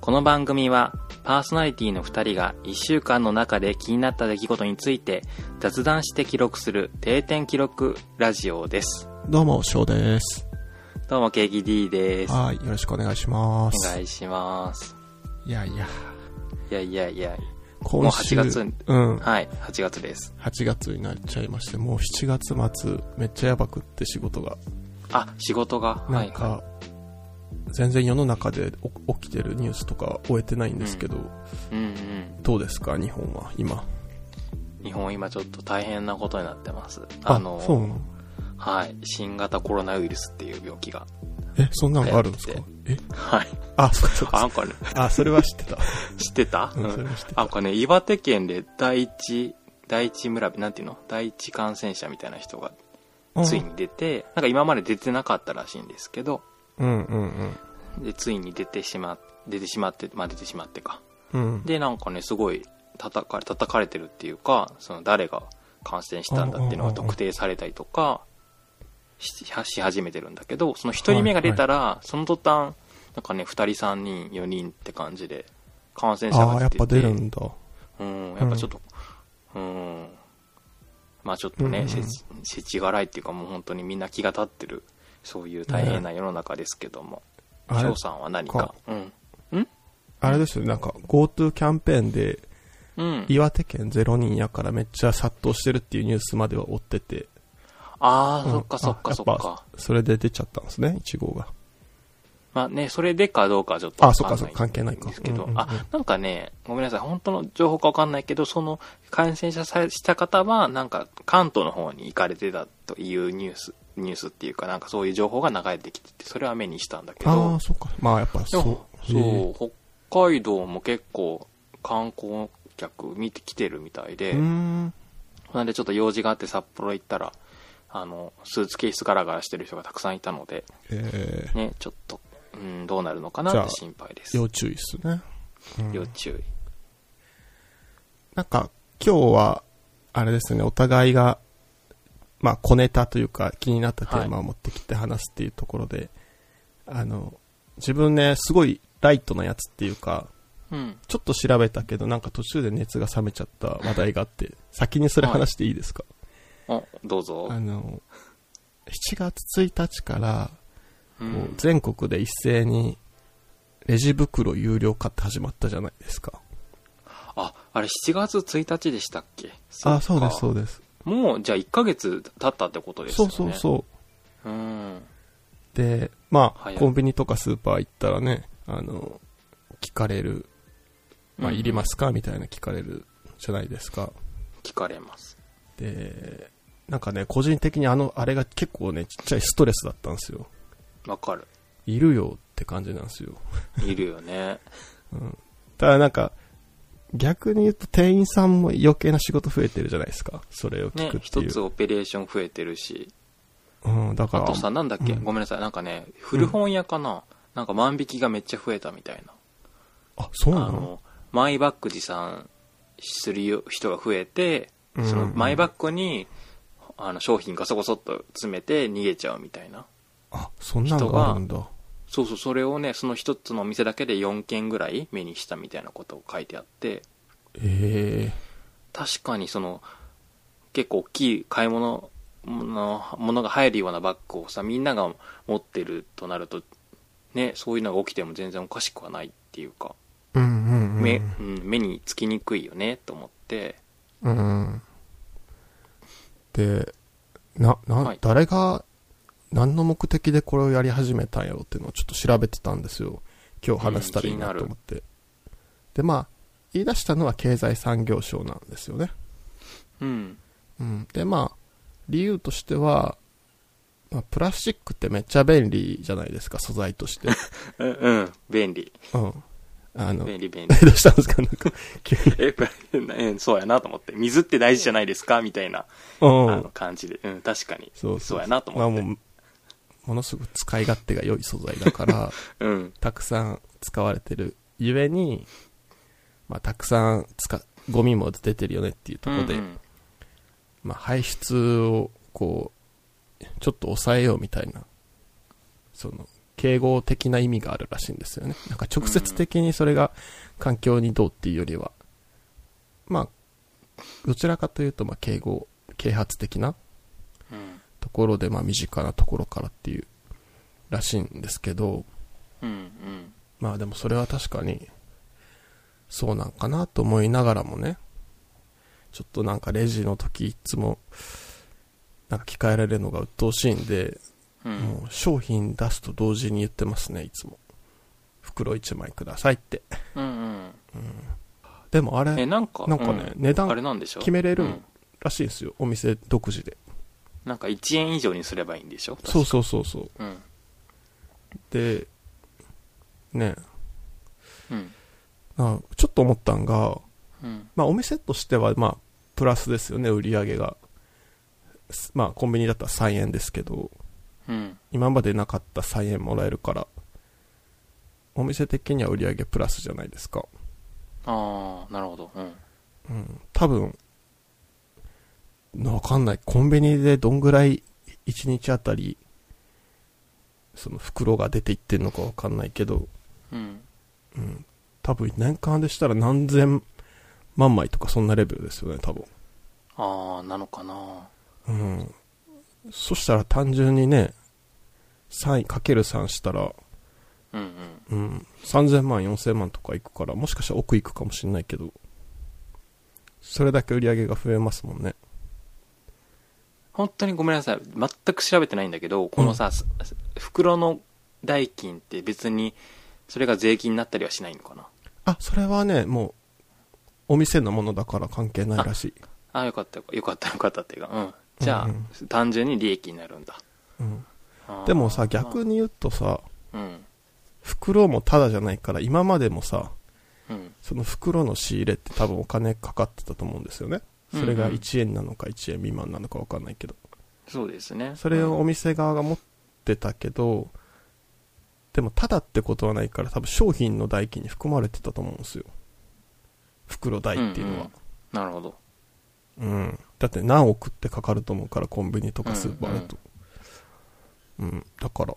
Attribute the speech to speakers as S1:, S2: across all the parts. S1: この番組はパーソナリティの2人が1週間の中で気になった出来事について雑談して記録する定点記録ラジオです。
S2: どうも、翔です。
S1: どうも、ケーキ D です。お
S2: はい、よろしくお願いします。
S1: 願いします。
S2: いやいや、
S1: いやいやいや。
S2: 今
S1: もう8月に
S2: うん、
S1: はい、8月です。
S2: 8月になっちゃいまして、もう7月末、めっちゃやばくって仕事が。
S1: あ、仕事が。は
S2: ないん。か、全然世の中でお起きてるニュースとか終えてないんですけど、
S1: うんうん。
S2: どうですか、日本は、今。
S1: 日本今ちょっと大変なことになってます。
S2: あ、
S1: あの、
S2: そうなの
S1: はい、新型コロナウイルスっていう病気が。
S2: え、そんなのあるんですか
S1: 流
S2: え
S1: はい。
S2: あ、そっかそっ
S1: あ、な
S2: か。
S1: んかね、
S2: あ、それは知ってた。
S1: 知ってた
S2: うん、それは知って
S1: あ
S2: た。
S1: なんかね、岩手県で第一、第一村、なんていうの第一感染者みたいな人がついに出て、なんか今まで出てなかったらしいんですけど、
S2: うんうんうん。
S1: で、ついに出てしま、出てしまって、まあ出てしまってか。
S2: うん。
S1: で、なんかね、すごい叩かれ、叩かれてるっていうか、その誰が感染したんだっていうのが特定されたりとか、しし始めてるんだけど、その一人目が出たら、その途端、なんかね、二人、三人、四人って感じで、感染者
S2: あ
S1: が
S2: ー
S1: 出
S2: やって
S1: て。
S2: ぱ出るんだ。
S1: うん、やっぱちょっと、うん、まあちょっと
S2: うんう
S1: ね、
S2: ん
S1: せちせちがらいっていうかもう本当にみんな気が立ってる、そういう大変な世の中ですけども、
S2: あれ
S1: 翔、さんは何か、うん、
S2: あれですよね、なんか、GoTo キャンペーンで、
S1: うん、
S2: 岩手県0人やからめっちゃ殺到してるっていうニュースまでは追ってて。
S1: ああ、
S2: うん
S1: そっかそっ
S2: あ
S1: か
S2: や
S1: そっ
S2: ぱ
S1: か。
S2: それで出ちゃったんですね、1号が。
S1: まあね、それでかどうかはちょっとわ
S2: あそっか
S1: ん
S2: そっか関係ないか
S1: ですけど、
S2: うんうんうん
S1: あ、なんかね、ごめんなさい、本当の情報かわかんないけど、その感染者さした方は、なんか関東の方に行かれてたというニュース、ニュースっていうか、なんかそういう情報が流れてきてて、それは目にしたんだけど、
S2: ああ、そっか。まあやっぱ
S1: で
S2: そう
S1: も。
S2: へ
S1: そう、北海道も結構観光客見てきてるみたい
S2: え
S1: で、
S2: うーん。
S1: なんでちょっと用事があって札幌行ったら、あの、スーツケースガラガラしてる人がたくさんいたので、
S2: え
S1: ね、ちょっと、うん、どうなるのかな
S2: じゃ
S1: っ
S2: あ
S1: て心配で
S2: え
S1: す。
S2: 要注意っすね。うん
S1: 要注
S2: なんか、今日は、あれですね、お互いが、まあ小ネタというか気になったテーマを持ってきて話すっていうところで、あの、自分ね、すごいライトなやつっていうか、
S1: 意。うん。
S2: ちょっと調べたけど、なんか途中で熱が冷めちゃった話題があって、先にそれ話していいですか、
S1: お、どうぞ。
S2: あの、7月1日から、
S1: う。
S2: こうん全国で一斉に、レジ袋有料化って始まったじゃないですか。
S1: あ、あれ7月1日でしたっけ。
S2: あ、そうです、そううです。
S1: もう、じゃあ1ヶ月経ったってことです
S2: そ
S1: よ
S2: う
S1: ね。
S2: そう
S1: う。
S2: そう。
S1: うん。
S2: で、まあ
S1: 早、い
S2: コンビニとかスーパー行ったらね、あの、聞かれる、まあ、
S1: うん
S2: いりますかみたいな聞かれるじゃないですか。
S1: 聞かれます。
S2: で、なんかね、個人的にあの、あれが結構ね、ちっちゃいストレスだったんですよ。
S1: わかる。
S2: いるよって感じなんですよ。
S1: いるよね。
S2: ただなんか、逆に言うと店員さんも余計な仕事増えてるじゃないですか。それを聞
S1: ね
S2: く、って
S1: 一
S2: いう。
S1: つオペレーション増えてるし、
S2: うん、だか
S1: あ
S2: ら。
S1: とさ、なんだっけ、
S2: うん
S1: ごめんなさい、なんかね、古本屋かな、なんか万引きがめっちゃ増えたみたいな。
S2: あ、そうな
S1: あ
S2: の
S1: の、マイバッグ持参するよ人が増えて、
S2: うん
S1: そのマイバッグに、あの、商品ガソゴソっと詰めて逃げちゃうみたいな。
S2: あ、そんなのがあるんだ。
S1: そうそう、それをね、その一つのお店だけで4件ぐらい目にしたみたいなことを書いてあって、
S2: え
S1: 確かにその結構大きい買い物のものが入るようなバッグをさみんなが持ってるとなるとねそういうのが起きても全然おかしくはないっていうか
S2: えうんうんうん。
S1: 目,、うん、目につきにくいよねと思って
S2: うん。で、な、な、
S1: はい
S2: 誰が、何の目的でこれをやり始めたんやろっていうのをちょっと調べてたんですよ。今日話したらいいなと思って。で、まあ、言い出したのは経済産業省なんですよね。
S1: うん
S2: うん、でまあ理由としては、まあ、プラスチックってめっちゃ便利じゃないですか素材 として、
S1: うん、うん、便利
S2: うん、あのど
S1: 便利便利
S2: うしたんですかなんか急に、
S1: ええ そうやなと思って水って大事じゃないですかみたいな、あ
S2: う
S1: の
S2: ん、
S1: 感じでうん確かに
S2: そうそう
S1: やなと思って、
S2: まあ、もうものすごく使い勝手が良い素材だから
S1: うん
S2: たくさん使われてるゆえに、まあ、たくさん使ゴミも出てるよねっていうところで、
S1: うんうん
S2: まあ、排出をこうちょっと抑えようみたいなその敬語的な意味があるらしいんですよね。なんか直接的にそれが環境にどうっていうよりは、まあ、どちらかというと、まあ、敬語、啓発的な
S1: うん。
S2: ところで、まあ、身近なところからっていうらしいんですけど、
S1: うん。うん。
S2: まあでもそれは確かに、そうなんかなと思いながらもね、ちょっとなんかレジの時いつも、なんか聞かえられるのが鬱陶しいんで、
S1: うん。
S2: もう商品出すと同時に言ってますね、いつも。袋1枚くださいって。
S1: うんうん。
S2: でもあ
S1: え、
S2: れ、
S1: なんか、
S2: なんかね、
S1: う
S2: 値
S1: あれ
S2: 段
S1: なんでしょ
S2: 決めれる
S1: うん
S2: らしいんですよ、お店独自で。
S1: なんか1円以上にすればいいんでしょ
S2: そうそうそうそう。
S1: う。うん。
S2: で、ね、
S1: うん。
S2: あちょっと思ったんが、
S1: うん。
S2: まあ、お店としては、まあ、プラスですよね、売り上げが。すまあ、コンビニだったら3円ですけど、
S1: うん。
S2: 今までなかった3円もらえるから、お店的には売り上げプラスじゃないですか。
S1: ああ、なるほど。うん。
S2: うん。多分、わかんない。コンビニでどんぐらい1日あたり、その袋が出ていってんのかわかんないけど、
S1: うん。
S2: うん。多分年間でしたら何千万枚とかそんなレベルですよね、多分。
S1: ああ、なのかな。
S2: うん。そしたら単純にね、3位かける3したら、
S1: うんうん。
S2: うん、3000万、4000万とかいくから、もしかしたら奥行くかもしんないけど、それだけ売り上げが増えますもんね。
S1: 本当にごめんなさい。全く調べてないんだけど、このさ、す袋の代金って別に、それが税金になったりはしないのかな。
S2: あ、それはね、もう、お店のものだから関係ないらしい。
S1: ああ、よかったよかった。よかったよかったっていうか。うん。じゃあ、
S2: うんうん
S1: 単純に利益になるんだ。
S2: うん、
S1: あー
S2: でもさ、逆。に言うとさ、
S1: うん。
S2: 袋もタダじゃないから、今までもさ、
S1: うん。
S2: その袋の仕入れって多分お金かかってたと思うんですよね。それが1円なのか1円未満なのかわかんないけど。
S1: そうですね。
S2: それを
S1: う
S2: お
S1: ん
S2: 店側が持ってたけど、でもただってことはないから多分商品の代金に含まれてたと思うんですよ。袋代っていうのは。
S1: なるほど。
S2: うんだって何億ってかかると思うからコンビニとかスーパーだと。うん、だから、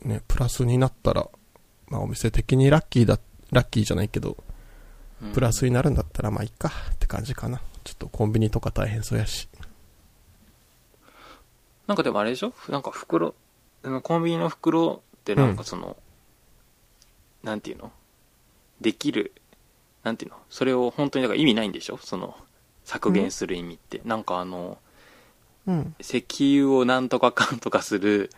S2: ね、プラスになったら、まあお店的にラッキーだ、ラッキーじゃないけど、
S1: うん
S2: プラスになるんだったらまあいいかって感じかな。ちょっとコンビニとか大変そうやし。
S1: なんかでもあれでしょなんか袋、あのコンビニの袋ってなんかその、なんていうのできる、なんていうのそれを本当にだから意味ないんでしょその、削減する意味って。なんかあの、
S2: うん。
S1: 石油をなんとかかんとかする、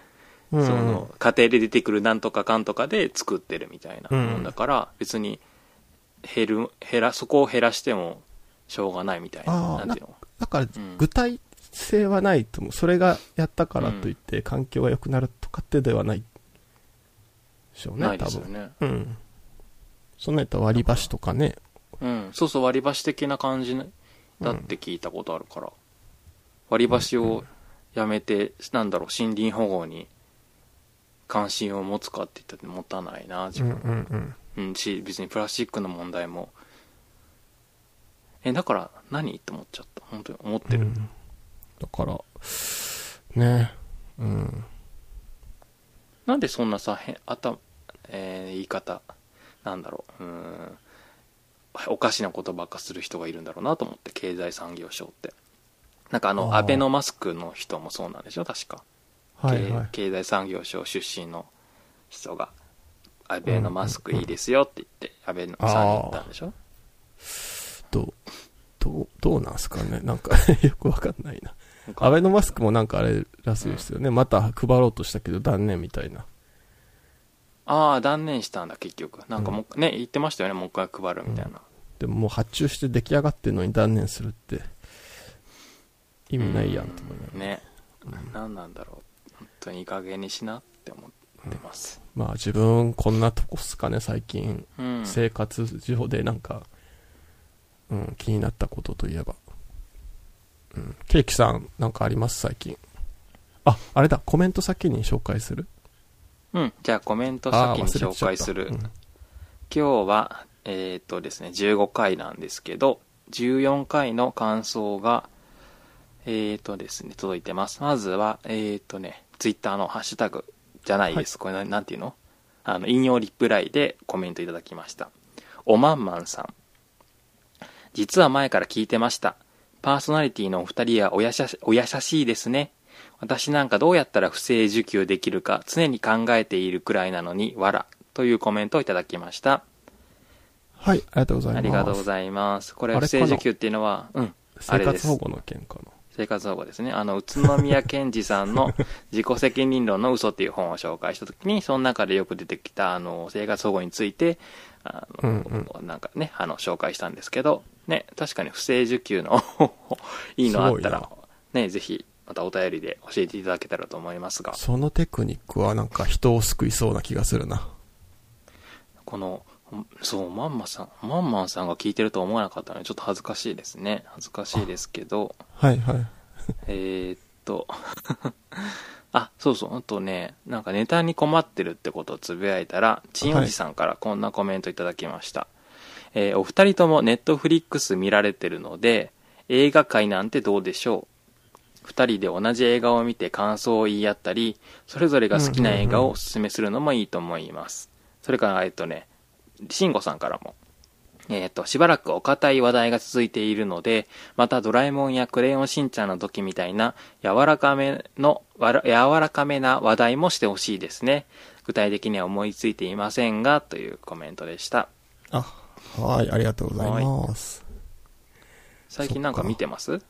S2: うん
S1: その、家庭で出てくるなんとかかんとかで作ってるみたいな
S2: うん
S1: もんだから、別に減る、減ら、そこを減らしてもしょうがないみたい
S2: あ
S1: な。
S2: ー
S1: なんていうの
S2: だから
S1: ん
S2: 具体性はないと思う。それがやったからといって環境が良くなるとかってではないでしょうね、
S1: ない
S2: 多
S1: ですよ
S2: 分。
S1: ね。
S2: うん。そんなんやったら割り箸とかね。
S1: うん、そうそう割り箸的な感じだって聞いたことあるから、割り箸をやめてなんだろう森林保護に関心を持つかって言ったって持たないな自
S2: うんう
S1: 分、
S2: んうん。
S1: うん、し別にプラスチックの問題もえだから何って思っちゃった本当に思ってる、
S2: うんだから、ね。うん。
S1: なんでそんなさへんあた、えー言い方なんだろううーんおかしなことばっかする人がいるんだろうなと思って経済産業省ってなんかあの
S2: あー
S1: アベノマスクの人もそうなんでしょ確か、
S2: はいはい。
S1: 経経済産業省出身の人がアベノマスクいいですよって言って、安倍アベノさんに言ったんでしょ
S2: どう、どう、どうなんすかね。なんか、 よくわかんないな。
S1: なんか
S2: アベノマスクもなんかあれらしいですよね。また配ろうとしたけど断念みたいな。
S1: ああ断念したんだ結局なんかもう、ね言ってましたよねもう一回配るみたいな、
S2: でももう発注して出来上がってるのに断念するって、意味ないやんと思いながら
S1: ね、何なんだろう本当にいい加減にしなって思ってます、
S2: まあ自分こんなとこっすかね最近、
S1: うん、
S2: 生活上でなんか、うん、気になったことといえば、うん、ケーキさんなんかあります最近ああれだコメント先に紹介する
S1: うん、じゃあコメント
S2: あ
S1: 先に
S2: ー忘れて
S1: 紹
S2: ちゃっ
S1: 介
S2: た
S1: する。
S2: うん
S1: 今日は、えーっとですね、15回なんですけど、14回の感想が、えーっとですね、届いてます。まずは、えーっとね、ツイッターのハッシュタグ、じゃないです。これな、なんていうのあの、引用リプライでコメントいただきました。おまんまんさん。実は前から聞いてました。パーソナリティのお二人はおやしゃ、おやしゃしいですね。私なんかどうやったら不正受給できるか常に考えているくらいなのに、わら。というコメントをいただきました。
S2: はい、ありがとうございます。
S1: ありがとうございます。これ
S2: あれ
S1: 不正受給っていうのは、うん、あ
S2: 生
S1: れです
S2: 活保護の件かな。
S1: 生活保護ですね。あの、宇都宮健治さん の自己責任論の嘘っていう本を紹介したときに、その中でよく出てきた、あの、生活保護について、あの、
S2: うん
S1: なんかね、あの、紹介したんですけど、ね、確かに不正受給の いいのあった
S2: す
S1: ら
S2: ご、
S1: ね、ぜひ、またお便りで教えていただけたらと思いますが、
S2: そのテクニックはなんか人を救いそうな気がするな。
S1: この、そう、まんまさん、まんまんさんが聞いてると思わなかったので、ちょっと恥ずかしいですね。恥ずかしいですけど、
S2: はいはい。
S1: えーっと、 あ、そうそう、あとね、なんかネタに困ってるってことをつぶやいたら、ちんおじさんからこんなコメントいただきました。えーお二人ともネットフリックス見られてるので、映画界なんてどうでしょう二人で同じ映画を見て感想を言い合ったり、それぞれが好きな映画をおすすめするのもいいと思います。それから、えっとね、しんごさんからも、えっ、と、しばらくお堅い話題が続いているので、またドラえもんやクレヨンしんちゃんの時みたいな柔らかめの、わら柔らかめな話題もしてほしいですね。具体的には思いついていませんが、というコメントでした。
S2: あ、はい、ありがとうございます。
S1: 最近なんか見てます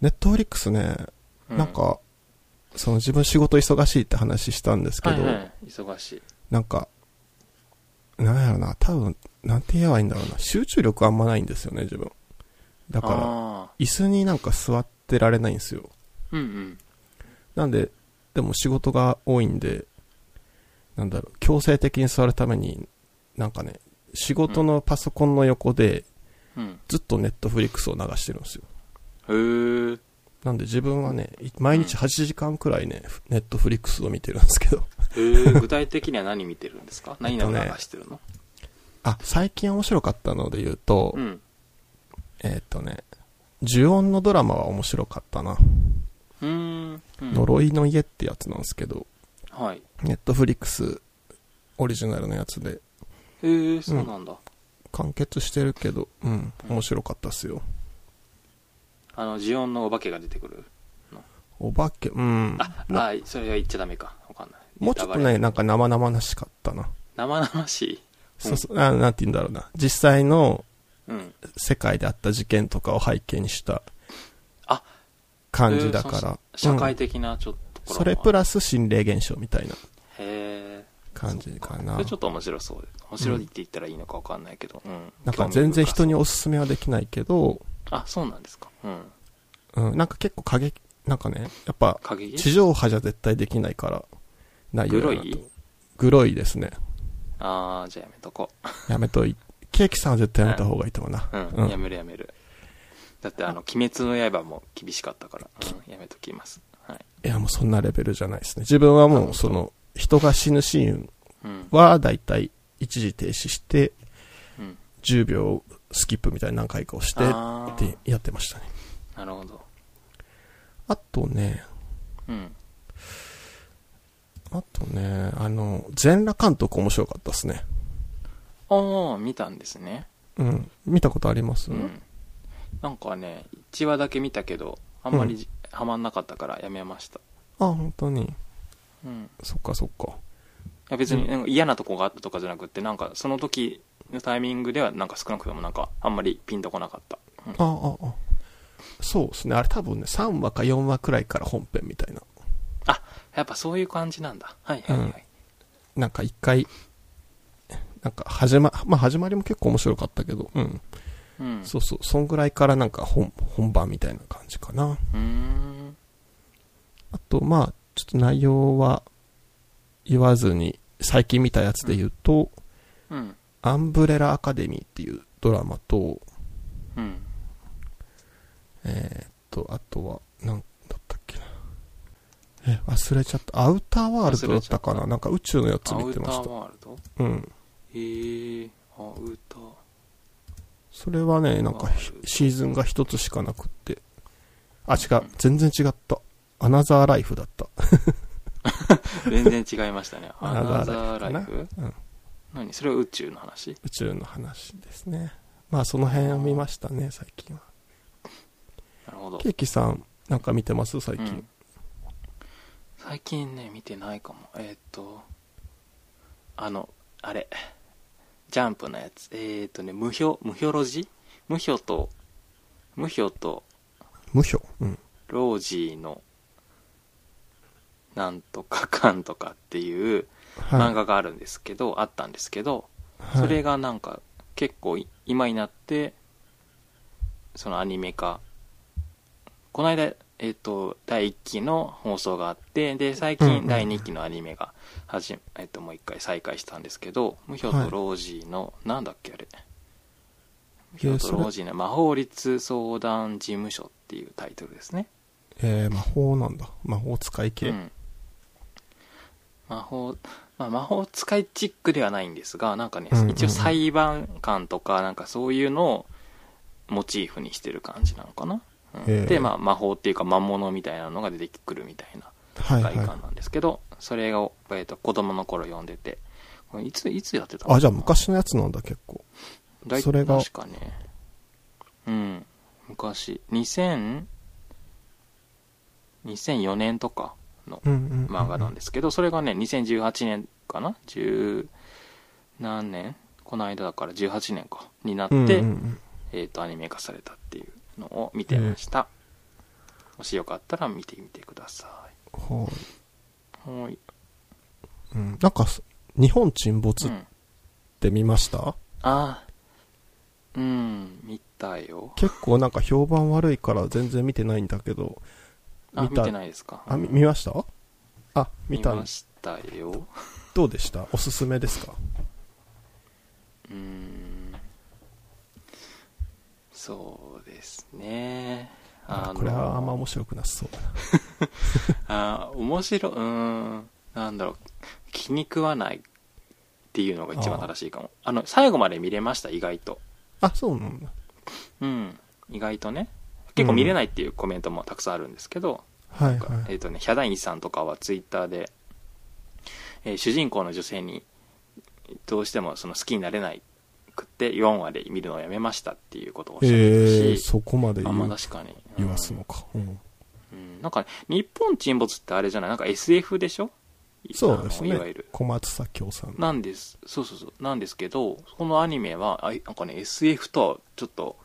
S2: ネットフリックスね、
S1: う
S2: なんか、その自分仕事忙しいって話したんですけ
S1: はい
S2: ど、
S1: はい、忙しい。
S2: なんか、なんやろな、多分、なんて言えばいいんだろうな、集中力あんまないんですよね、自分。だから、
S1: あ
S2: 椅子になんか座ってられないんですよ。
S1: ーうんうん。
S2: なんで、でも仕事が多いんで、なんだろう、強制的に座るために、なんかね、仕事のパソコンの横で、
S1: うん。
S2: ずっとネットフリックスを流してるんですよ。
S1: へー
S2: なんで自分はね、い毎日8時間くらいね、ネットフリックスを見てるんですけど。
S1: へ ー具体的には何見てるんですか何を流してるの、
S2: あ、最近面白かったので言うと、
S1: うん。
S2: えーっ、とね、呪音のドラマは面白かったな。
S1: うーん。うん
S2: 呪いの家ってやつなんですけど、
S1: はい。
S2: ネットフリックスオリジナルのやつで
S1: へーそうなんだ。
S2: 完結してるけど、うん、面白かったっすよ。
S1: あの、ジオンのお化けが出てくる。
S2: お化け、うん。
S1: あ、
S2: な
S1: あそれは言っちゃダメか。わかんない。
S2: もうちょっと
S1: ネタバレ
S2: ね、なんか生々しかったな。
S1: 生々しい。
S2: そうそう、あなんて言うんだろうな。実際の
S1: うん。
S2: 世界であった事件とかを背景にした
S1: あ、
S2: 感じだか
S1: そ
S2: ら
S1: の。社
S2: う
S1: 会
S2: ん
S1: 的なちょっとところもあ
S2: そ
S1: る
S2: れプラス心霊現象みたいな
S1: へえ。
S2: 感じかな
S1: それ。ちょっと面白そうで。面白いって言ったらいいのかわかんないけど。うん。
S2: なんか全然人に
S1: 興味
S2: おすすめはできないけど、
S1: 深そう。あ、そうなんですか。うん。
S2: うん、なんか結構過激、なんかね、やっぱ
S1: 過激
S2: 地上波じゃ絶対できないから、内容だな
S1: グロ
S2: と
S1: い
S2: グロいですね。
S1: あー、じゃあやめとこ
S2: やめとい、ケーキさんは絶対やめた方がいいと思うな。
S1: う。うん。
S2: うん
S1: やめるやめる。だってあの、鬼滅の刃も厳しかったから、うん、やめときます。はい。
S2: いや、もうそんなレベルじゃないですね。自分は
S1: あ
S2: も
S1: 本
S2: う、
S1: 当
S2: その、人が死ぬシーン
S1: うん。
S2: は、だいたい一時停止して、
S1: うん。
S2: 10秒スキップみたいな何回かをして、
S1: あー
S2: ってやってましたね。
S1: なるほど。
S2: あとね、
S1: うん。
S2: あとね、あの、全裸監督面白かったですね。
S1: ああ、見たんですね。
S2: うん。見たことあります、
S1: うん、なんかね1話だけ見たけどあんまりじハマんなかったからやめました、
S2: あ、本当に。
S1: うん、
S2: そっかそっ
S1: い
S2: か。
S1: や別に
S2: うん
S1: なんか嫌なとこがあったとかじゃなくってなんかその時のタイミングではなんか少なくともなんかあんまりピンとこなかった、うん
S2: ああ、あ、そうですね。あれ多分ね、3話か4話くらいから本編みたいな。
S1: あやっぱそういう感じなんだはいはいはい、
S2: なんか一回、なんか始ま、まあ始まりも結構面白かったけど、うん。
S1: うんう
S2: そうそう、そんぐらいからなんか本、本番みたいな感じかな。
S1: ーん
S2: あと、まあ、ちょっと内容は言わずに、最近見たやつで言うと、
S1: うん
S2: アンブレラアカデミーっていうドラマと、
S1: うん
S2: えーっと、あとは、なんだったっけな。え、忘れちゃった。アウターワールドだったか
S1: 忘れちゃ
S2: ななんか宇宙のやつ
S1: ア
S2: 見
S1: ウ
S2: て
S1: タ
S2: まし
S1: ー
S2: た。
S1: ワールド
S2: うん。
S1: へえアウター
S2: それはね、なんかひ
S1: ワールド
S2: シーズンが一つしかなくって。あ、違う。全然違った。アナザーライフだった。
S1: 全然違いましたね。ア
S2: アナ
S1: ナ
S2: ザ
S1: ザ
S2: ー
S1: ー
S2: ラ
S1: ラ
S2: イフ
S1: イフ
S2: かなうん
S1: 何それは宇宙の話
S2: 宇宙の話ですね。まあその辺を見ましたね、最近は。
S1: なるほど。
S2: ケーキさん、なんか見てます最
S1: う
S2: 近
S1: ん。最近ね、見てないかも。えーっと、あの、あれ、ジャンプのやつ。えーっとね、無表、無表ロジ無表と、無表と
S2: 無表うん。
S1: ロージーの、なんとかかんとかっていう
S2: は
S1: 漫画があるんですけど、あったんですけど、
S2: い。
S1: それ
S2: が、
S1: がなんか結構い今になってそのアニメ化この間えっ、と第1期の放送があってで最
S2: うんうんう
S1: 近
S2: ん
S1: 第2期のアニメが始め、えっともう一回再開したんですけど「無表とロージーの」なんだっけあれ「無
S2: えー
S1: 表と
S2: そ
S1: ロー
S2: れ
S1: ジーの魔法律相談事務所」っていうタイトルですね
S2: えー、魔法なんだ。魔法使い系。
S1: うん、魔法、まあ、魔法使いチックではないんですがなんかね、
S2: うんうんうん
S1: 一応裁判官とかなんかそういうのをモチーフにしてる感じなのかな、うん
S2: へえ
S1: で、まあ、魔法っていうか魔物みたいなのが出てくるみたいな
S2: はい
S1: 外
S2: はい
S1: 観。なんですけど、それを、えーと子供の頃読んでてこれいついつやってたのかな
S2: あ、じゃあ昔のやつなんだ、結構。
S1: だい
S2: それが
S1: 確かねうん昔2000 2004年とかの
S2: うんうんうん。
S1: 漫画なんですけど、それがね、2018年かな十何年この間だから18年か。になって、
S2: うんうんうん
S1: えっ、と、アニメ化されたっていうのを見てました。もしよかったら見てみてくださ。
S2: はい
S1: はい。
S2: い。うん。なんか、日本沈没
S1: う
S2: っ
S1: ん。
S2: て見ました、
S1: あーうん、見たよ。
S2: 結構なんか評判悪いから全然見てないんだけど、
S1: あ、
S2: 見
S1: 見
S2: た
S1: てないですか。
S2: あ、み
S1: うん
S2: 見ましたあ、見た
S1: 見
S2: ん
S1: ましたよ。
S2: どうでしたおすすめですか
S1: うーんそうですね。
S2: あ
S1: の
S2: これはあんま面白くなさそうだな。
S1: あー面白いうーんなんだろう気に食わないっていうのが一番正しいかもあの最後まで見れました意外と
S2: あ、そうなんだ。
S1: うん意外とね結構見れないっていうコメントもたくさんあるんですけど、
S2: はい
S1: なんか
S2: は
S1: え
S2: い。
S1: っ、とねヒャダインさんとかはツイッターで、えー主人公の女性にどうしてもその好きになれないくって4話で見るのをやめましたっていうことをおっ
S2: え
S1: しゃって
S2: ー、
S1: るし、
S2: そこまで
S1: あ
S2: 言
S1: まあ
S2: う
S1: 確かに、うん
S2: 言わすのか。うん。
S1: うんなんかね、日本沈没ってあれじゃないなんか SF でしょ
S2: そうです
S1: あのいわゆ
S2: ね
S1: る。。
S2: 小松左京さん。
S1: なんです。そうそうそう。なんですけど、このアニメは、あいなんかね、SF とはちょっと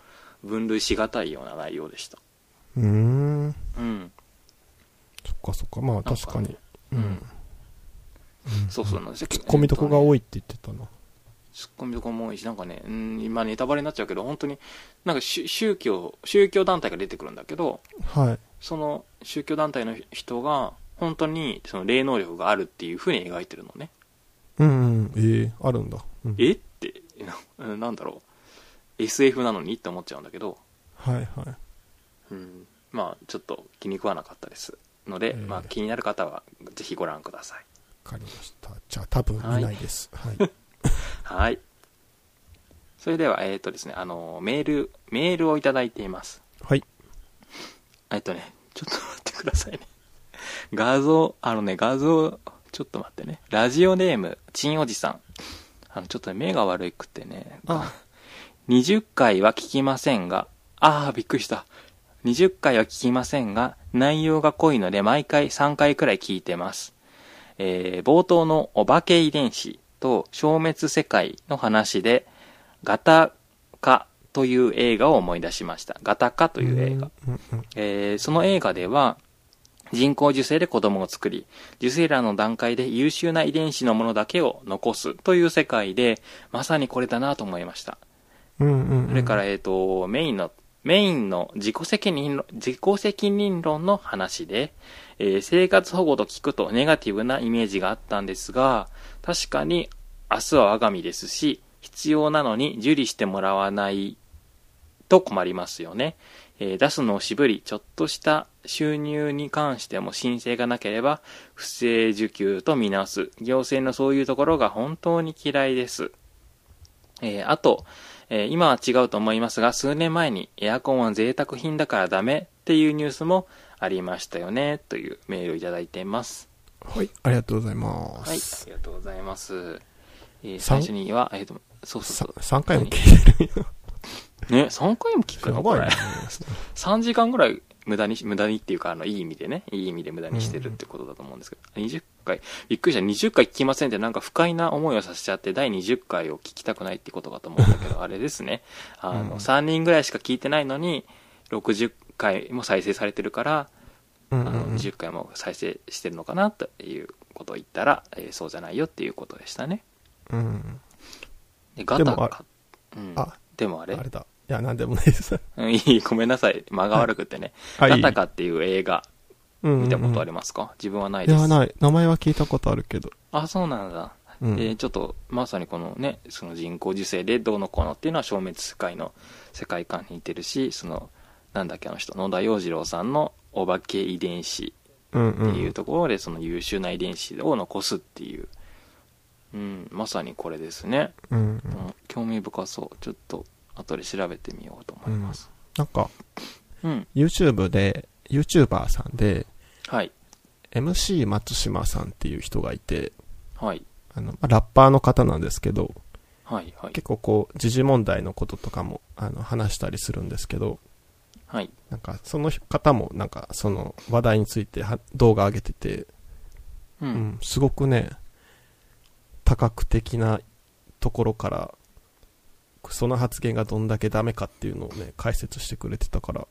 S1: 分類しがたいような内容でした。
S2: うーん。
S1: うん。
S2: そっかそっか。まあ
S1: かね
S2: 確かに。う。
S1: うんそうそうなんですよ
S2: ツッコミどこが多いって言ってたな。
S1: ツッコミどこも多いし、なんかね、うん、今ネタバレになっちゃうけど、本当に、なんか宗宗教、宗教団体が出てくるんだけど、
S2: はい。
S1: その宗教団体の人が、本当にその霊能力があるっていう風に描いてるのね。
S2: うんうん。えー、あるんだ。うん
S1: えって、 うんなんだろう。SF なのにって思っちゃうんだけど、
S2: はいはい。
S1: うん、まあちょっと気に食わなかったですので、
S2: えー
S1: まあ、気になる方はぜひご覧ください
S2: わかりました。じゃあ多分見ないです。はい。
S1: はいそれではえっ、とですねあのメールメールをいただいています
S2: はい。
S1: えっとねちょっと待ってくださいね画像あのね画像ちょっと待ってねラジオネームちんおじさんあのちょっとね目が悪くてね
S2: あ、
S1: 20回は聞きませんが、ああ、びっくりした。20回は聞きませんが、内容が濃いので毎回3回くらい聞いてます。えー冒頭のお化け遺伝子と消滅世界の話で、ガタカという映画を思い出しました。ガタ カという映画。
S2: うんうん
S1: えーその映画では人工授精で子供を作り受精卵の段階で優秀な遺伝子のものだけを残すという世界でまさにこれだなと思いました
S2: うんうんうん。
S1: それから、えっ、と、メインの、メインの自己責任論、自己責任論の話で、えー生活保護と聞くとネガティブなイメージがあったんですが、確かに明日は我が身ですし、必要なのに受理してもらわないと困りますよね。えー出すのを渋り、ちょっとした収入に関しても申請がなければ、不正受給とみなす。行政のそういうところが本当に嫌いです。えーあと、えー今は違うと思いますが、数年前にエアコンは贅沢品だからダメっていうニュースもありましたよね、というメールをいただいています。
S2: はい。ありがとうございま
S1: はい、
S2: す
S1: あ。りがとうございます。えー
S2: さ
S1: 最
S2: ん
S1: 初には、えっ、と、そうそ
S2: さ
S1: うそ
S2: 3回も聞いてるよ。
S1: う。ね、3回も聞く
S2: や
S1: の
S2: ば
S1: こ
S2: いね
S1: れ。。3時間ぐらい無駄にし、無駄にっていうか、あの、いい意味でね、いい意味で無駄にしてるってことだと思うんですけど、20回、びっくりした、20回聞きませんってなんか不快な思いをさせちゃって、第20回を聞きたくないってことかと思うんだけ ど、あれですね、あ
S2: う
S1: の、
S2: ん
S1: 3人ぐらいしか聞いてないのに、60回も再生されてるから、
S2: うん
S1: あ
S2: うん
S1: の
S2: うん
S1: 20回も再生してるのかなということを言ったら、えーそうじゃないよっていうことでしたね。
S2: うん。
S1: でガタ
S2: でもあ
S1: か、うん、
S2: あ
S1: でもあれ
S2: あれだ。いや、なんでもな いです。
S1: うんいい、ごめんなさい、間が悪くてね。
S2: はい
S1: ガタカっていう映画、見たことありますか、自分はない
S2: い
S1: です。
S2: や、ない。名前は聞いたことあるけど。
S1: あ、そうなんだ。
S2: うん
S1: で、ちょっと、まさにこのね、その人工授精でどうのこうのっていうのは消滅世界の世界観に似てるし、その、なんだっけあの人、野田洋次郎さんのお化け遺伝子
S2: うん
S1: っ
S2: う。
S1: ていうんところで、その優秀な遺伝子を残すっていう。うん、まさにこれですね。
S2: うん
S1: う。ん、興味深そう。ちょっと、後で調べてみようと思います。
S2: なんか、
S1: うん、
S2: YouTube で、YouTuber さんで、
S1: はい。
S2: MC 松島さんっていう人がいて、
S1: はい。
S2: あの、まあラッパーの方なんですけど、
S1: はい、はい。
S2: 結構こう、時事問題のこととかも、あの、話したりするんですけど、
S1: はい。
S2: なんか、その方も、なんか、その話題については動画上げてて、
S1: う。
S2: うんん、すごくね、多角的なところから、その発言がどんだけダメかっていうのをね、解説してくれてたから、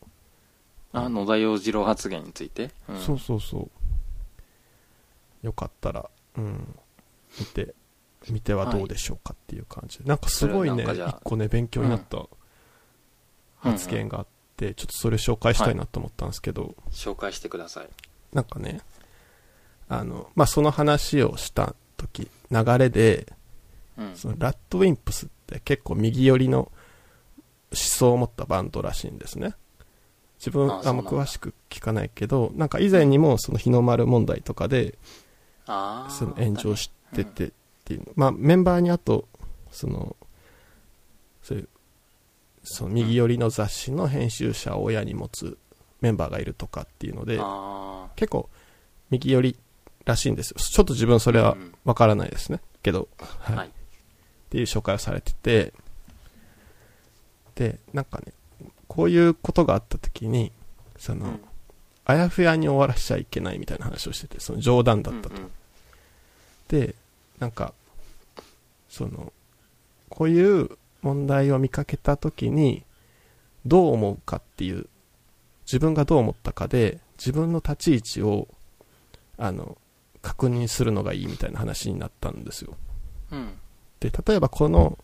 S1: あ、野田洋次郎発言について。うん
S2: そうそうそう。よかったら、うん、見て、見てはどうでしょうかっていう感じで。なんかすごいね、
S1: それはなんかじゃあ
S2: 一個ね、勉強になった発
S1: うんう
S2: 言
S1: ん
S2: があって、ちょっとそれ紹介したいなと思ったんですけど、
S1: 紹介してください。
S2: なんかね、あの、まあ、その話をした時、流れで、
S1: うん。
S2: そのラッドウィンプスって結構右寄りの思想を持ったバンドらしいんですね。自分
S1: あ
S2: あ
S1: そうん
S2: ま
S1: なんだ
S2: 詳しく聞かないけど、なんか以前にもその日の丸問題とかで、
S1: ああ。
S2: その炎上して
S1: うん
S2: てっていうの、まあメンバーにあと、その、そういう、その右寄りの雑誌の編集者を親に持つメンバーがいるとかっていうので、
S1: あ
S2: 結構右寄りらしいんですよ。ちょっと自分それはわからないですね。けど、
S1: あ。
S2: は
S1: はいい。
S2: っていう紹介をされてて、で、なんかね、こういうことがあった時に、その、
S1: うん
S2: あやふやに終わらしちゃいけないみたいな話をしてて、その冗談だったと。
S1: うんうん
S2: で、なんか、その、こういう問題を見かけた時に、どう思うかっていう、自分がどう思ったかで、自分の立ち位置を、あの、確認するのがいいみたいな話になったんですよ。
S1: うん。
S2: で例えばこの、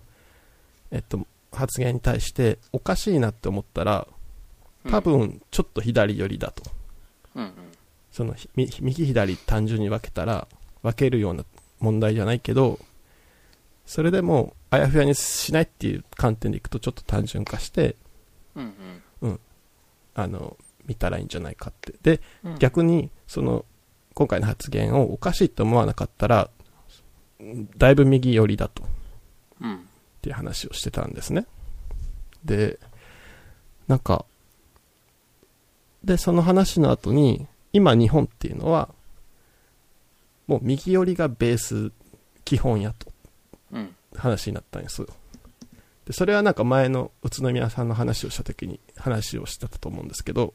S2: えっと、発言に対しておかしいなって思ったら多分ちょっと左寄りだと、
S1: うんうん。
S2: そのひみ右左単純に分けたら分けるような問題じゃないけどそれでもあやふやにしないっていう観点でいくとちょっと単純化して
S1: うん
S2: あの見たらいいんじゃないかってで
S1: うん。
S2: 逆にその今回の発言をおかしいと思わなかったらだいぶ右寄りだと
S1: うん。
S2: っていう話をしてたんですね。で、なんか、で、その話の後に、今日本っていうのは、もう右寄りがベース、基本やと、
S1: うん。
S2: 話になったんです。で、それはなんか前の宇都宮さんの話をした時に話をしてたと思うんですけど、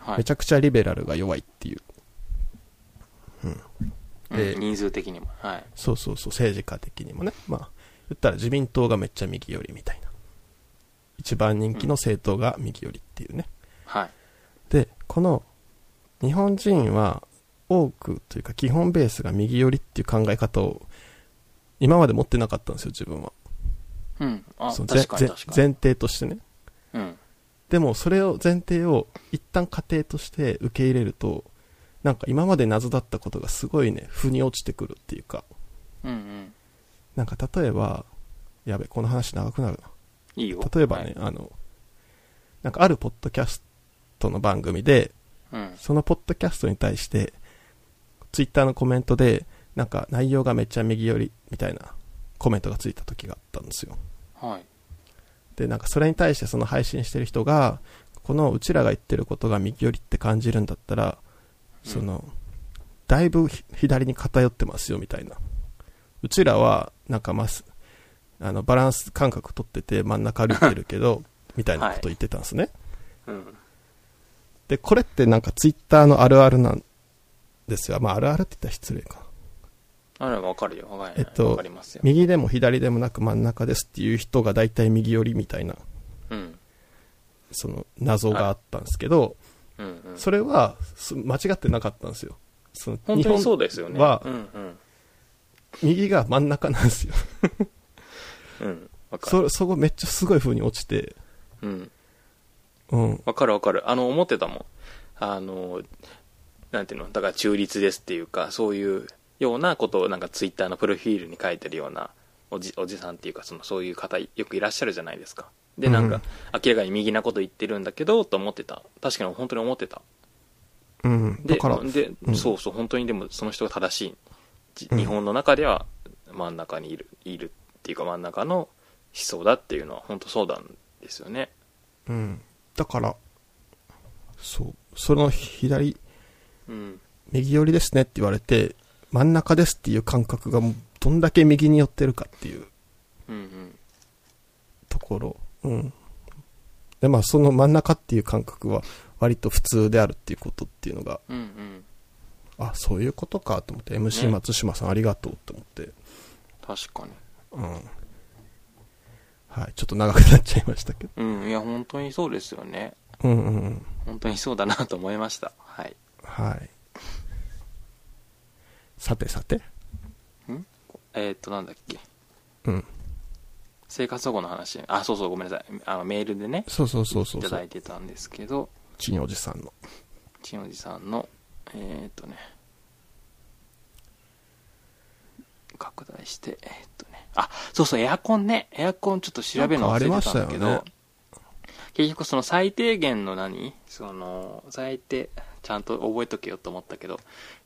S1: は
S2: め
S1: い
S2: ち。ゃくちゃリベラルが弱いっていう、ゃ
S1: うん
S2: えー
S1: 人数的にも。はい。
S2: そうそうそう、政治家的にもね。まあ、言ったら自民党がめっちゃ右寄りみたいな。一番人気の政党が右寄りっていうね。
S1: はい。
S2: で、この、日本人は多くというか基本ベースが右寄りっていう考え方を今まで持ってなかったんですよ、自分は。
S1: うん。あ、
S2: そ
S1: 確
S2: の
S1: かに
S2: ぜ
S1: 確か
S2: 前
S1: に。
S2: 前提としてね。
S1: うん。
S2: でもそれを前提を一旦仮定として受け入れると、なんか今まで謎だったことがすごいね、腑に落ちてくるっていうか、
S1: うんうん。
S2: なんか例えば、やべ、この話長くなるな。
S1: いいよ。
S2: 例えば
S1: は
S2: ね
S1: い、。
S2: あの、なんかあるポッドキャストの番組で、
S1: うん。
S2: そのポッドキャストに対して、ツイッターのコメントで、なんか内容がめっちゃ右寄りみたいなコメントがついた時があったんですよ。
S1: はい。
S2: で、なんかそれに対してその配信してる人が、このうちらが言ってることが右寄りって感じるんだったら、その、だいぶひ左に偏ってますよみたいな。うちらは、なんかまあす、あの、バランス感覚取ってて真ん中歩いてるけど、みたいなこと言ってたんですね。
S1: うん。
S2: で、これってなんかツイッターのあるあるなんですよ。まあ、あるあるって言ったら失礼か。
S1: あれわかるよ。わかる
S2: えっ
S1: よわ
S2: と
S1: かります、よ。
S2: 右でも左でもなく真ん中ですっていう人が大体右寄りみたいな、
S1: うん。
S2: その謎があったんですけど、
S1: うんうん。
S2: それはす間違ってなかったんですよ。その
S1: 本当にそうですよね。
S2: 日本は
S1: うんうん。
S2: 右が真ん中なんですよ。
S1: うん。わかる。
S2: そ、そこめっちゃすごい風に落ちて、
S1: うん。
S2: うん。
S1: わかるわかる。あの、思ってたもん。あの、なんていうの、だから中立ですっていうか、そういうようなことをなんかツイッターのプロフィールに書いてるようなおじおじさんっていうか、そのそういう方よくいらっしゃるじゃないですか。で、なん
S2: うん
S1: か、明らかに右なこと言ってるんだけど、と思ってた。確かに本当に思ってた。
S2: うん。
S1: で、
S2: だから、
S1: で、
S2: うん
S1: そうそう、本当にでもその人が正しい。じ
S2: うん
S1: 日本の中では真ん中にいる、いるっていうか真ん中の思想だっていうのは本当そうなんですよね。
S2: うん。だから、そう。その左、
S1: うん。
S2: 右寄りですねって言われて、真ん中ですっていう感覚がもうどんだけ右に寄ってるかっていう
S1: うんうん。
S2: ところ。うん。で、まあその真ん中っていう感覚は割と普通であるっていうことっていうのが、
S1: うんうん。
S2: あ、そういうことかと思って、MC
S1: ね
S2: 松島さんありがとうと思って、
S1: 確かに。
S2: うん。はい。ちょっと長くなっちゃいましたけど。
S1: うん、いや、本当にそうですよね。
S2: うんうんうん。
S1: 本当にそうだなと思いました。はい。
S2: はい。さてさて。
S1: んえーっと、なんだっけ。
S2: うん。
S1: 生活保護の話。あ、そうそう、ごめんなさい。あの、メールでね、
S2: そうそうそうそ
S1: いうた
S2: そ
S1: だ
S2: う。
S1: いてたんですけど、
S2: ちにおじさんの。
S1: ちんおじさんの、えーっとね、拡大して、えーっとね、あ、そうそう、エアコンね。エアコンちょっと調べるの忘れてたんだけど、
S2: なんかありましたよね
S1: 結局その最低限の何その、最低、ちゃんと覚えとけよと思ったけど、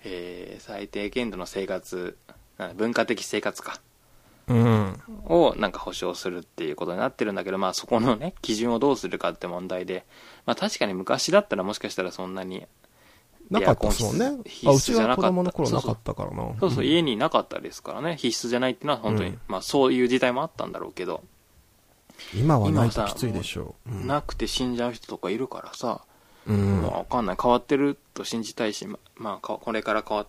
S1: えー、最低限度の生活、なんだ文化的生活か。
S2: うん。
S1: をなんか保障するっていうことになってるんだけど、まあそこのね、基準をどうするかって問題で、まあ確かに昔だったらもしかしたらそんなに、
S2: なかったですもんね。
S1: 必須
S2: あ、うち
S1: じゃなかっ
S2: が
S1: た
S2: 子供の頃なかったからな。
S1: そうそう、
S2: ん
S1: 家になかったですからね、必須じゃないっていうのは本当に、
S2: うん
S1: まあそういう時代もあったんだろうけど、
S2: 今はないときついでしょう。うん
S1: なくて死んじゃう人とかいるからさ、
S2: うん
S1: まあわかんない、変わってると信じたいし、ままあかこれから変わっ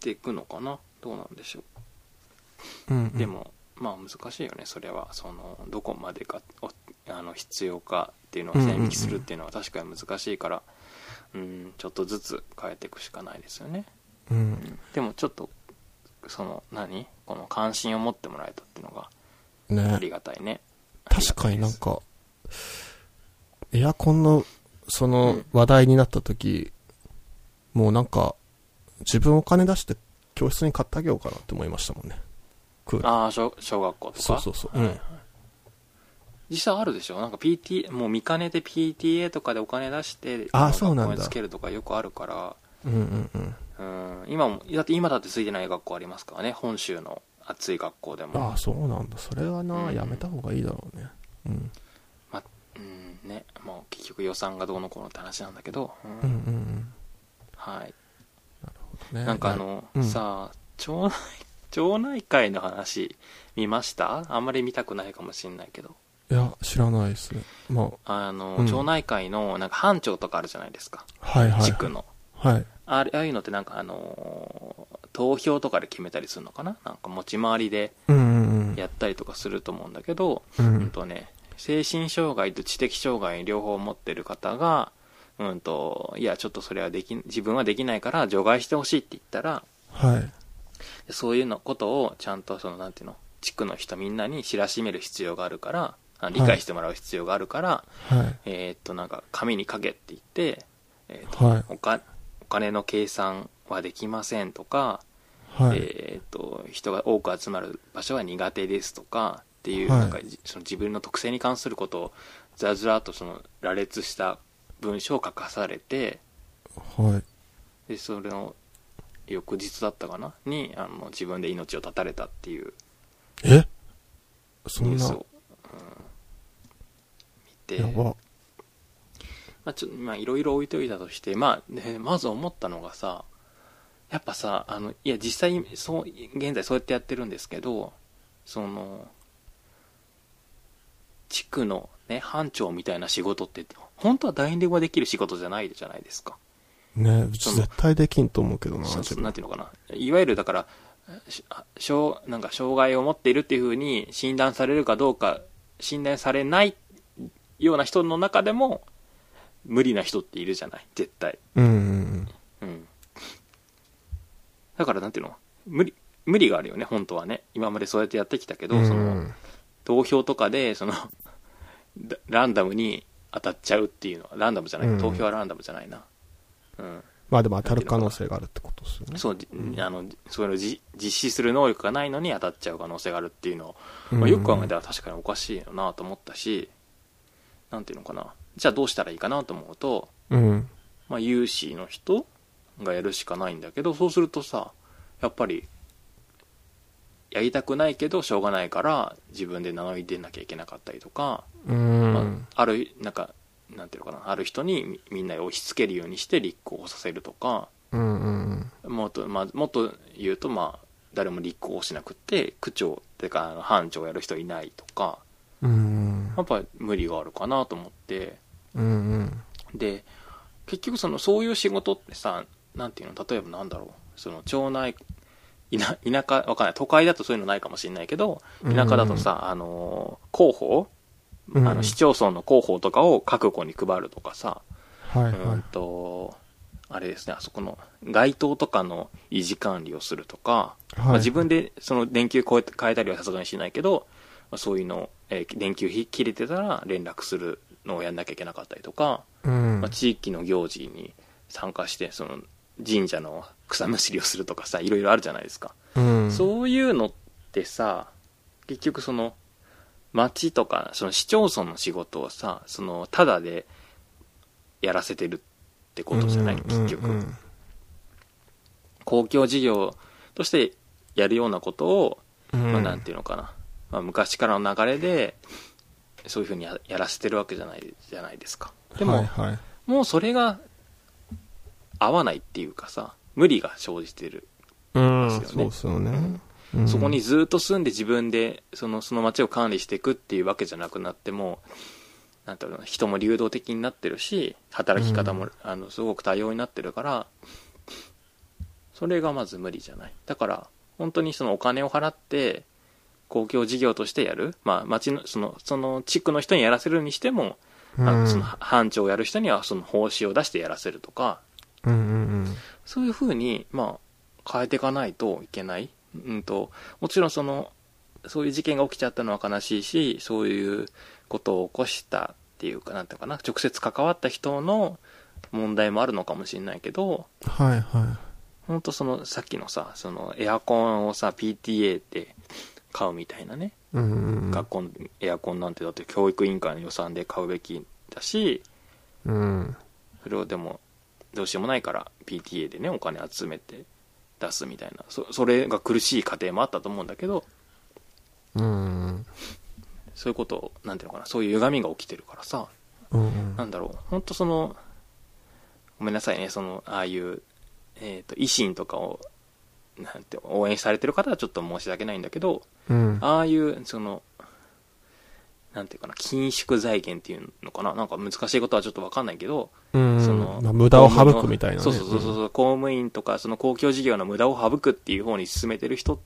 S1: ていくのかな、どうなんでしょう。
S2: うん
S1: でも、まあ難しいよね、それは。その、どこまでが、おあの、必要かっていうのを線引きするっていうのは確かに難しいから、うん、ちょっとずつ変えていくしかないですよね。
S2: うん。
S1: でもちょっと、その、何この関心を持ってもらえたっていうのがあ
S2: ね
S1: りがたいね。
S2: 確かになん
S1: あ
S2: か、エアコンの、そうの
S1: ん、
S2: 話題になったとき、もうなんか、自分お金出して教室に買ってあげようかなって思いましたもんね。クー
S1: りがたいです
S2: ラー。
S1: ああ、小小学校とか。
S2: そうそうそう。うん。
S1: 実際あるでしょなんか PT、もう見かねて PTA とかでお金出して、
S2: あー
S1: の
S2: そうなん
S1: 学
S2: だ
S1: 校につけるとかよくあるから、
S2: うんうんうん。
S1: うん、今も、だって今だってついてない学校ありますからね、本州の暑い学校でも。
S2: ああ、そうなんだ。それは
S1: う
S2: な、
S1: ん
S2: やめた方がいいだろうね。うん。
S1: まあ、うんね、もう結局予算がどうのこうのって話なんだけど、うん
S2: うんうんうん。
S1: はい。
S2: ね
S1: なんかあ、の、
S2: うん
S1: さあ、町内、町内会の話見ましたあんまり見たくないかもしんないけど。
S2: いや、知らないですね。まあ、
S1: あの、
S2: うん
S1: 町内会の、なんか班長とかあるじゃないですか。
S2: はいはい。
S1: 地区の。
S2: はい。
S1: あれああいうのってなんかあのー投票とかで決めたりするのかななんか持ち回りで
S2: うんうんうん。
S1: やったりとかすると思うんだけど、
S2: う
S1: うんんとね、精神障害と知的障害両方持ってる方が、うんと、いや、ちょっとそれはでき、自分はできないから除外してほしいって言ったら、
S2: はい。
S1: そういうのことをちゃんとその、なんていうの、地区の人みんなに知らしめる必要があるから、あ理解してもらう必要があるから、
S2: はい。
S1: えーっと、なんか、紙に書けって言って、えーっと、
S2: はい。
S1: おかお金の計算はできませんとか、
S2: はい。
S1: えーっと人が多く集まる場所は苦手ですとかっていう、
S2: はい
S1: なんかじその自分の特性に関することをずらずらっとその羅列した文章を書かされて
S2: はい。
S1: でそれの翌日だったかなにあの自分で命を絶たれたっていう
S2: えそ
S1: ニュ
S2: ん
S1: ー
S2: な、
S1: ス
S2: や
S1: を、うん、見て
S2: ば。
S1: まあちょまあいろいろ置いといたとして、まあね、まず思ったのがさやっぱさ、あの、いや、実際、そう、現在そうやってやってるんですけど、その、地区のね、班長みたいな仕事って、本当は誰にでもできる仕事じゃないじゃないですか。
S2: ねうち絶対できんと思うけどな、
S1: そ
S2: 自分
S1: なんていうのかな。いわゆるだから、し障なんか障害を持っているっていうふうに診断されるかどうか、診断されないような人の中でも、無理な人っているじゃない、絶対。
S2: うんうん
S1: うん。だからなんていうの無理、無理があるよね、本当はね。今までそうやってやってきたけど、
S2: うん。
S1: そ
S2: うんう
S1: の、
S2: ん
S1: 投票とかで、その、 だランダムに当たっちゃうっていうのは、ランダムじゃない、
S2: うん
S1: 投票はランダムじゃないな。うん。
S2: まあでも当たる可能性があるってことですよね。
S1: そう、じあの、そういうのじ実施する能力がないのに当たっちゃう可能性があるっていうのを、
S2: うん
S1: まあ、よく考えたら確かにおかしいよなと思ったし、なんていうのかな。じゃあどうしたらいいかなと思うと、
S2: うん。
S1: まあ、有志の人がやるしかないんだけど、そうするとさ、やっぱり、やりたくないけど、しょうがないから、自分で名乗り出なきゃいけなかったりとか、
S2: うん。
S1: まあ、ある、なんか、なんていうのかな、ある人にみみんなを押し付けるようにして立候補させるとか、
S2: うんうん
S1: もっと、まあ、もっと言うと、まあ、誰も立候補しなくて、区長、てか、あの班長やる人いないとか、
S2: うん。うん
S1: やっぱ無理があるかなと思って、
S2: うんうん。
S1: で結局そのそういう仕事ってさなんていうの例えばなんだろうその町内田田舎わかんない都会だとそういうのないかもしれないけど田舎だとさ、あのー広報、
S2: うん
S1: あの市町村の広報とかを各校に配るとかさ、
S2: はいは
S1: うん
S2: い。
S1: とあれですねあそこの街灯とかの維持管理をするとか、ま
S2: は
S1: あ
S2: い。
S1: 自分でその電球こうやって変えたりはさすがにしないけど、まあそういうの、えー電球ひ切れてたら連絡するのをやんなきゃいけなかったりとか、
S2: うん
S1: まあ、地域の行事に参加してその神社の草むしりをするとかさいろいろあるじゃないですか、
S2: うん。
S1: そういうのってさ結局その町とかその市町村の仕事をさそのただでやらせてるってことじゃない、
S2: うん
S1: 結局、
S2: うんうん
S1: 公共事業としてやるようなことを、
S2: うん
S1: まあ、なんていうのかな、まあ、昔からの流れでそういうふうにややらせてるわけじゃないじゃないですかでも、
S2: はいはい。
S1: もうそれが合わないっていうかさ、無理が生じてる。
S2: うん。
S1: ですよね
S2: そうですよね。
S1: そこにずっと住んで自分でそのその町を管理していくっていうわけじゃなくなっても、なんていうの、人も流動的になってるし、働き方も、
S2: うん
S1: あのすごく多様になってるから、それがまず無理じゃない。だから、本当にそのお金を払って、公共事業としてやる、まあ、町の、その、その地区の人にやらせるにしても、
S2: うん、
S1: あのその班長をやる人にはその報酬を出してやらせるとか、
S2: うんうんうん。
S1: そういうふうに、まあ、変えていかないといけない。うんと、もちろんその、そういう事件が起きちゃったのは悲しいし、そういうことを起こしたっていうか、なんていうのかな、直接関わった人の問題もあるのかもしれないけど、
S2: はいは
S1: ほんとその、さっきのさ、その、エアコンをさ、PTA って買うみたいなね、
S2: い。うんうん。
S1: 学校のエアコンなんてだって教育委員会の予算で買うべきだし、
S2: うん。
S1: それをでもどうしようもないから PTA でねお金集めて出すみたいなそそれが苦しい家庭もあったと思うんだけど
S2: うん。
S1: そういうことをなんていうのかなそういう歪みが起きてるからさ
S2: うん
S1: なんだろう本当そのごめんなさいねそのああいう、えー、と維新とかをなんて応援されてる方はちょっと申し訳ないんだけど
S2: うん。
S1: ああいうそのなんていうかな緊縮財源っていうのかななんか難しいことはちょっと分かんないけど
S2: うん。
S1: その
S2: まあ無駄を省くみたいなね。
S1: そうそうそうそう、公務員とかその公共事業の無駄を省くっていう方に進めてる人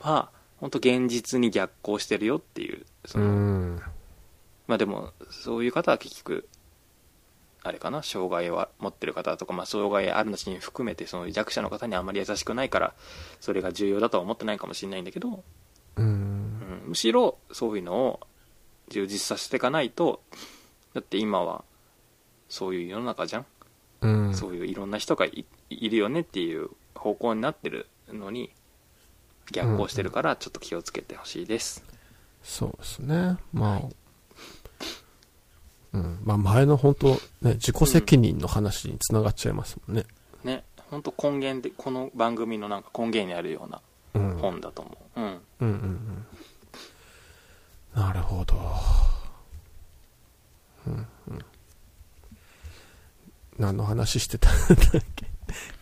S1: は本当現実に逆行してるよっていうそ
S2: うん。
S1: の、
S2: うん。
S1: まあでもそういう方は結局あれかな障害を持ってる方とか、まあ、障害あるなしに含めてその弱者の方にあまり優しくないからそれが重要だとは思ってないかもしれないんだけど、
S2: う。
S1: うんん、むしろそういうのを充実させていかないとだって今はそういう世の中じゃん
S2: うん。
S1: そういういろんな人がいいるよねっていう方向になってるのに逆行してるからちょっと気をつけてほしいです、
S2: そうですね。まあ、うん。まあ前の本当ね、自己責任の話につながっちゃいますもんね。
S1: ね本当根源でこの番組のなんか根源にあるような
S2: うん。
S1: 本だと思ううん
S2: うんうんうん。なるほど。うん うん。何の話してたんだっけ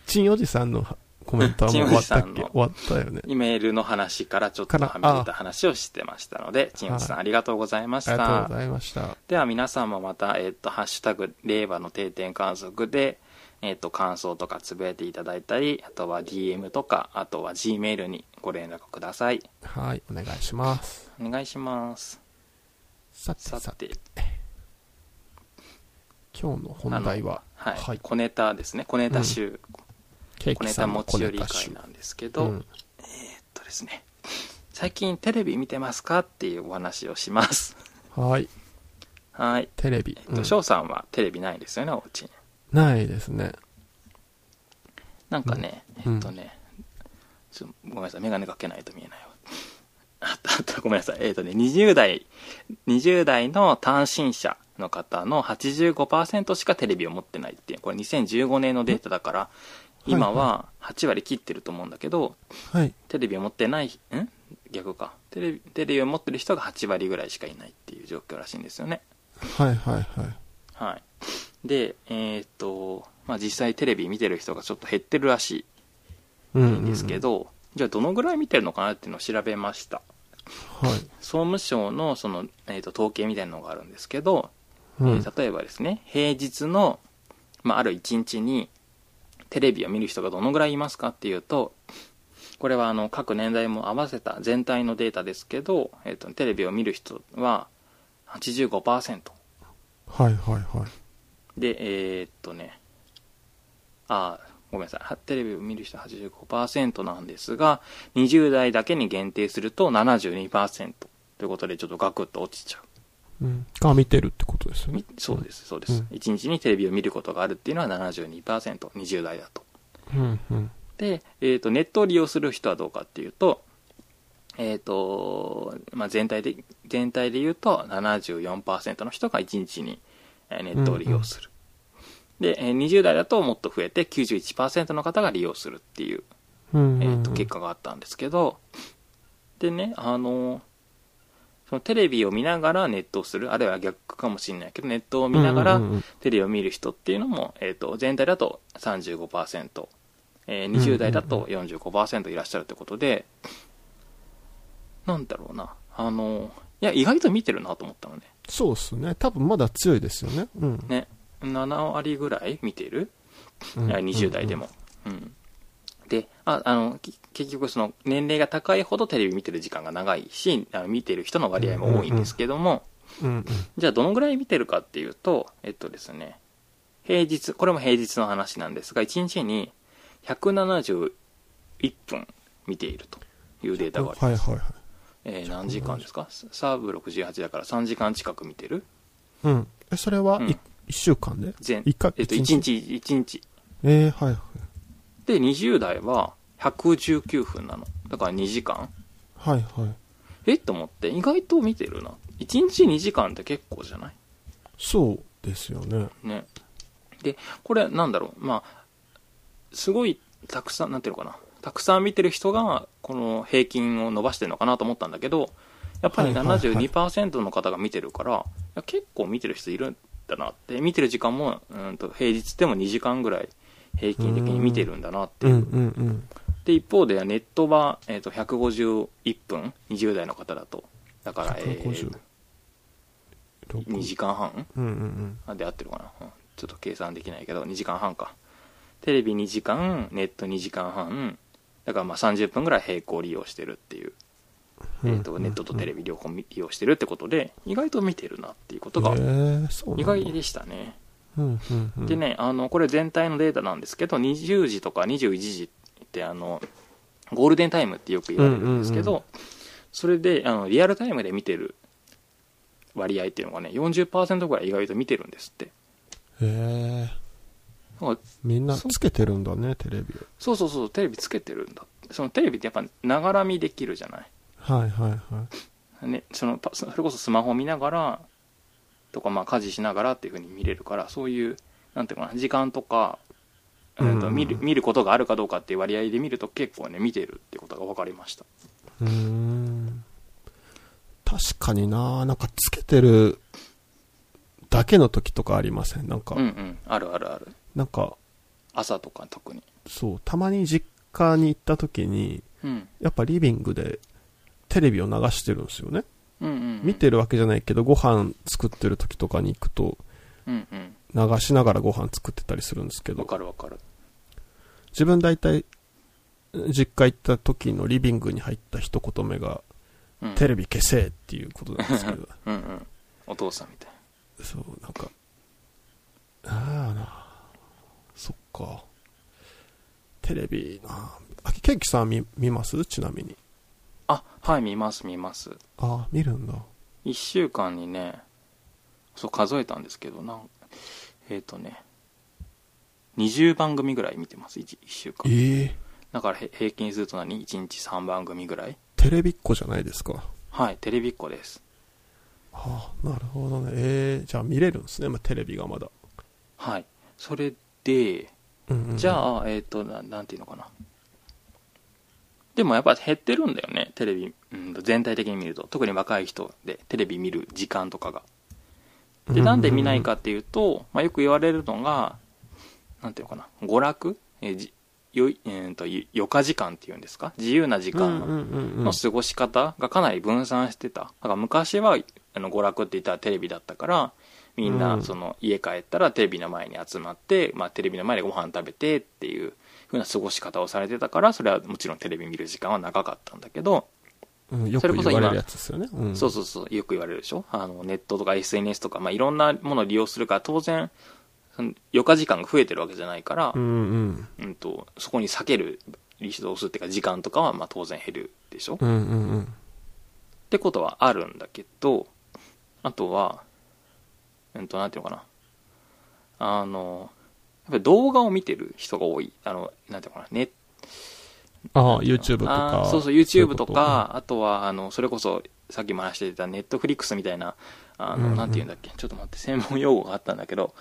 S2: チンおじさんのコメントはもう終わったっ
S1: 陳
S2: け
S1: 藤
S2: 終わったよね。
S1: メールの話からちょっと
S2: から
S1: はみ出た話をしてましたので、チンウチさんありがとうございまし
S2: ありがとう
S1: た
S2: ご。ざいました。
S1: では皆さんもまた、えっ、と、ハッシュタグ、令和の定点観測で、えっ、と、感想とかつぶやいていただいたり、あとは DM とか、あとは Gmail にご連絡ください。
S2: はい、お願いします。
S1: お願いします。
S2: さて
S1: さ
S2: さて、
S1: て、
S2: 今日の本題は、
S1: はい、
S2: はい
S1: 小ネタですね。小ネタ集。
S2: ケー
S1: 小
S2: キ
S1: ネ
S2: さ
S1: タ
S2: んの
S1: 持
S2: 小
S1: ち寄
S2: ネ
S1: り
S2: タ
S1: 会
S2: 集。
S1: なんですけ
S2: う
S1: ど、
S2: ん。
S1: えっとですね、最近テレビ見てますかっていうお話をします。
S2: はい、
S1: はい。
S2: テレビ
S1: えっ。
S2: う
S1: と、
S2: ん
S1: 翔、さんはテレビないですよね、お家に。
S2: ないですね。
S1: なんかね、
S2: うん
S1: えっとね、ちょごめんなさい、メガネかけないと見えないわ。 あった、あった、ごめんなさい。えっ、とね、20代、20代の単身者の方の85%しかテレビを持ってないっていう、これ2015年のデータだから、
S2: い
S1: 今は8割切ってると思うんだけど、
S2: はい。
S1: テレビを持ってない、ん逆か。テレビ、テレビを持ってる人が8割ぐらいしかいないっていう状況らしいんですよね。
S2: はいはいはい。
S1: はい。で、えっ、と、まあ、実際テレビ見てる人がちょっと減ってるらしい。
S2: うんうん
S1: いいんですけ。ど、じゃあどのぐらい見てるのかなっていうのを調べました
S2: はい。
S1: 総務省のその、えー、と統計みたいなのがあるんですけど、
S2: う
S1: え
S2: ん。
S1: ー例えばですね平日の、まあ、ある1日にテレビを見る人がどのぐらいいますかっていうとこれはあの各年代も合わせた全体のデータですけど、えー、とテレビを見る人は85%
S2: はいはいはい。
S1: でえーっとねあーごめんなさいはテレビを見る人85%なんですが20代だけに限定すると72%ということでちょっとガクッと落ちちゃう
S2: うん。が見てるってことですよね。
S1: み。そうですすそうです、
S2: うん
S1: 1日にテレビを見ることがあるっていうのは 72%20 代だと
S2: うんうん。
S1: で、えー、とネットを利用する人はどうかっていうと,、えーとまあ、全体で全体で言うと74%の人が1日にえーネットを利用する、でえー20代だともっと増えて91%の方が利用するっていう、
S2: うんうんうん。
S1: えーと結果があったんですけどでねあのーそのテレビを見ながらネットをするあるいは逆かもしれないけどネットを見ながら
S2: うんうんうん
S1: テレビを見る人っていうのも、えー、と全体だと35%、えー
S2: うんうんう
S1: 20
S2: ん
S1: 代だと45%いらっしゃるってことで、なんだろうなあのいや意外と見てるなと思ったのね
S2: そうですね。多分まだ強いですよね。うん。
S1: ね7割ぐらい見てる、
S2: う
S1: い
S2: ん
S1: や20代で。も、うんでああのき結局その年齢が高いほどテレビ見てる時間が長いしあの見てる人の割合も多いんですけども、
S2: うんうん。
S1: じゃあどのぐらい見てるかっていうと、えっとですね、平日、これも平日の話なんですが、1日に171分見ているというデータがあり
S2: はいはいはい。
S1: えー何時間ですかサーブ68だから3時間近く見てる
S2: うん。え、それは
S1: うん
S2: い一週間で
S1: 全、
S2: 一回
S1: えっと、1
S2: 一
S1: 日
S2: 日
S1: 1日。
S2: えー、はいはい。
S1: で、20代は119分なの。だから2時間
S2: はいはい。
S1: えっと思って、意外と見てるな。1日2時間って結構じゃない
S2: そうですよね。
S1: ね。で、これなんだろう、まあ、すごいたくさん、なんていうのかな、たくさん見てる人が、この平均を伸ばしてるのかなと思ったんだけど、やっぱり
S2: はいはいはい
S1: 72%の方が見てるから、いや結構見てる人いるんだなって、見てる時間も、うんと平日でも2時間ぐらい平均的に見てるんだなって
S2: う
S1: い
S2: ん
S1: う。
S2: うんうん。
S1: で、一方でネットは、えっ、と、151分、20代の方だと。だから、え
S2: 150 6
S1: 2時間半
S2: うんうん
S1: あで合ってるかな、うんちょっと計算できないけど2時間半かテレビ2時間ネット2時間半だからまあ30分ぐらい並行利用してるっていう、
S2: うん。
S1: えー、とネットとテレビ両方み利用してるってことで意外と見てるなっていうことが
S2: えー、そう
S1: 意
S2: なんだ
S1: 外でしたね、
S2: うんうんうん。
S1: で。ねあのこれ全体のデータなんですけど20時とか21時ってあのゴールデンタイムってよく言われるんですけど、
S2: うんう
S1: それであのリアルタイムで見てる割合っていうのがね40%ぐらい意外と見てるんですって
S2: えー、
S1: だから
S2: みんなつけてるんだね、テレビを。
S1: そうそうそうテレビつけてるんだそのテレビってやっぱながら見できるじゃない、
S2: はいはいはい。
S1: ね、そのパそれこそスマホ見ながらとかまあ家事しながらっていうふうに見れるからそういうなんていうのかな時間とか、えーと
S2: うんうんうん
S1: 見る見ることがあるかどうかっていう割合で見ると結構ね見てるってことが分かりました
S2: うーん確かにななんかつけてるだけの時とかありませんなんか、
S1: うんうんあるあるある
S2: なんか
S1: 朝とか特に
S2: そうたまに実カに行った時に、
S1: うん。
S2: やっぱリビングでテレビを流してるんですよね。
S1: うんうん。
S2: 見てるわけじゃないけど、ご飯作ってる時とかに行くと、
S1: うんうん。
S2: 流しながらご飯作ってたりするんですけ
S1: わ
S2: ど、
S1: かるわかる。
S2: 自分大体、実家行った時のリビングに入った一言目が、
S1: うん。
S2: テレビ消せっていうことなんです けど、
S1: うんうん。お父さんみたい。
S2: そう、なんか、ああな、そっか。テレビな、あケーキさん見見ますちなみに。
S1: あ、はい、見ます見ます。
S2: ああ、見るんだ。
S1: 1週間にね、そう数えたんですけど、なんえっ、とね、20番組ぐらい見てます、1, 週間。
S2: ええ
S1: だからへ平均すると何 ?1 日3番組ぐらい
S2: テレビっ子じゃないですか。
S1: はい、テレビっ子です。
S2: ああ、なるほどね。ええじゃあ見れるんですね、まあ、テレビがまだ。
S1: はい。それで、
S2: うん、うん。
S1: じゃあ、えっ、とな、なんていうのかな。でもやっぱ減ってるんだよね、テレビ、うん、全体的に見ると。特に若い人でテレビ見る時間とかが。
S2: あ
S1: で、なんで見ないかっていうと、まあ、よく言われるのが、なんていうのかな、娯楽えーじよい、えーと、ゆ余暇時間っていうんですか自由な時
S2: うんう
S1: 間
S2: んうんうん
S1: の過ごし方がかなり分散してた。だから昔は、あの、娯楽って言ったらテレビだったから、みん
S2: う
S1: な、
S2: ん
S1: その、家帰ったらテレビの前に集まって、まあ、テレビの前でご飯食べてっていう風な過ごし方をされてたから、それはもちろんテレビ見る時間は長かったんだけど、
S2: うん、よ
S1: そ
S2: く
S1: れこそ
S2: 言われるやつですよね。うん、
S1: そうそうそう、よく言われるでしょあの、ネットとか SNS とか、まあ、いろんなものを利用するから、当然、その余暇時間が増えてるわけじゃないから、う、
S2: うんん
S1: と、そこに避けるリソースっていうか、時間とかは、まあ、当然減るでしょ、
S2: うん。うんうんうん。
S1: ってことはあるんだけど、あとは、うんと、なんていうのかな。あの、やっぱり動画を見てる人が多い。あの、なんていうのかな。ネッ
S2: ああ、YouTube とか。
S1: あーそうそう、
S2: い
S1: YouTube
S2: こと
S1: か、あとは、あの、それこそ、さっきも話してた Netflix みたいな、あの、
S2: うんうん
S1: なんて言うんだっけ、ちょっと待って、専門用語があったんだけど、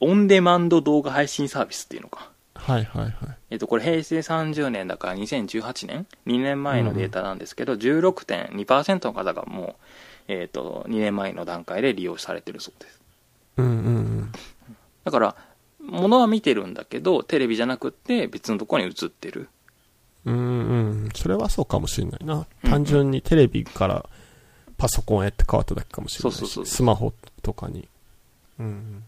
S1: オンデマンド動画配信サービスっていうのか。
S2: はいはいはい。
S1: えっと、これ平成30年だから2018年 ?2 年前のデータなんですけど、16.2%の方がもう、えっと、2年前の段階で利用されてるそうです。
S2: うんうんうん。
S1: だから、物は見てるんだけど、テレビじゃなくって別のところに映ってる。
S2: うんうん。それはそうかもしれないな。
S1: うん
S2: 単純にテレビからパソコンへって変わっただけかもしれないし。
S1: そうそうそう
S2: スマホとかに。うん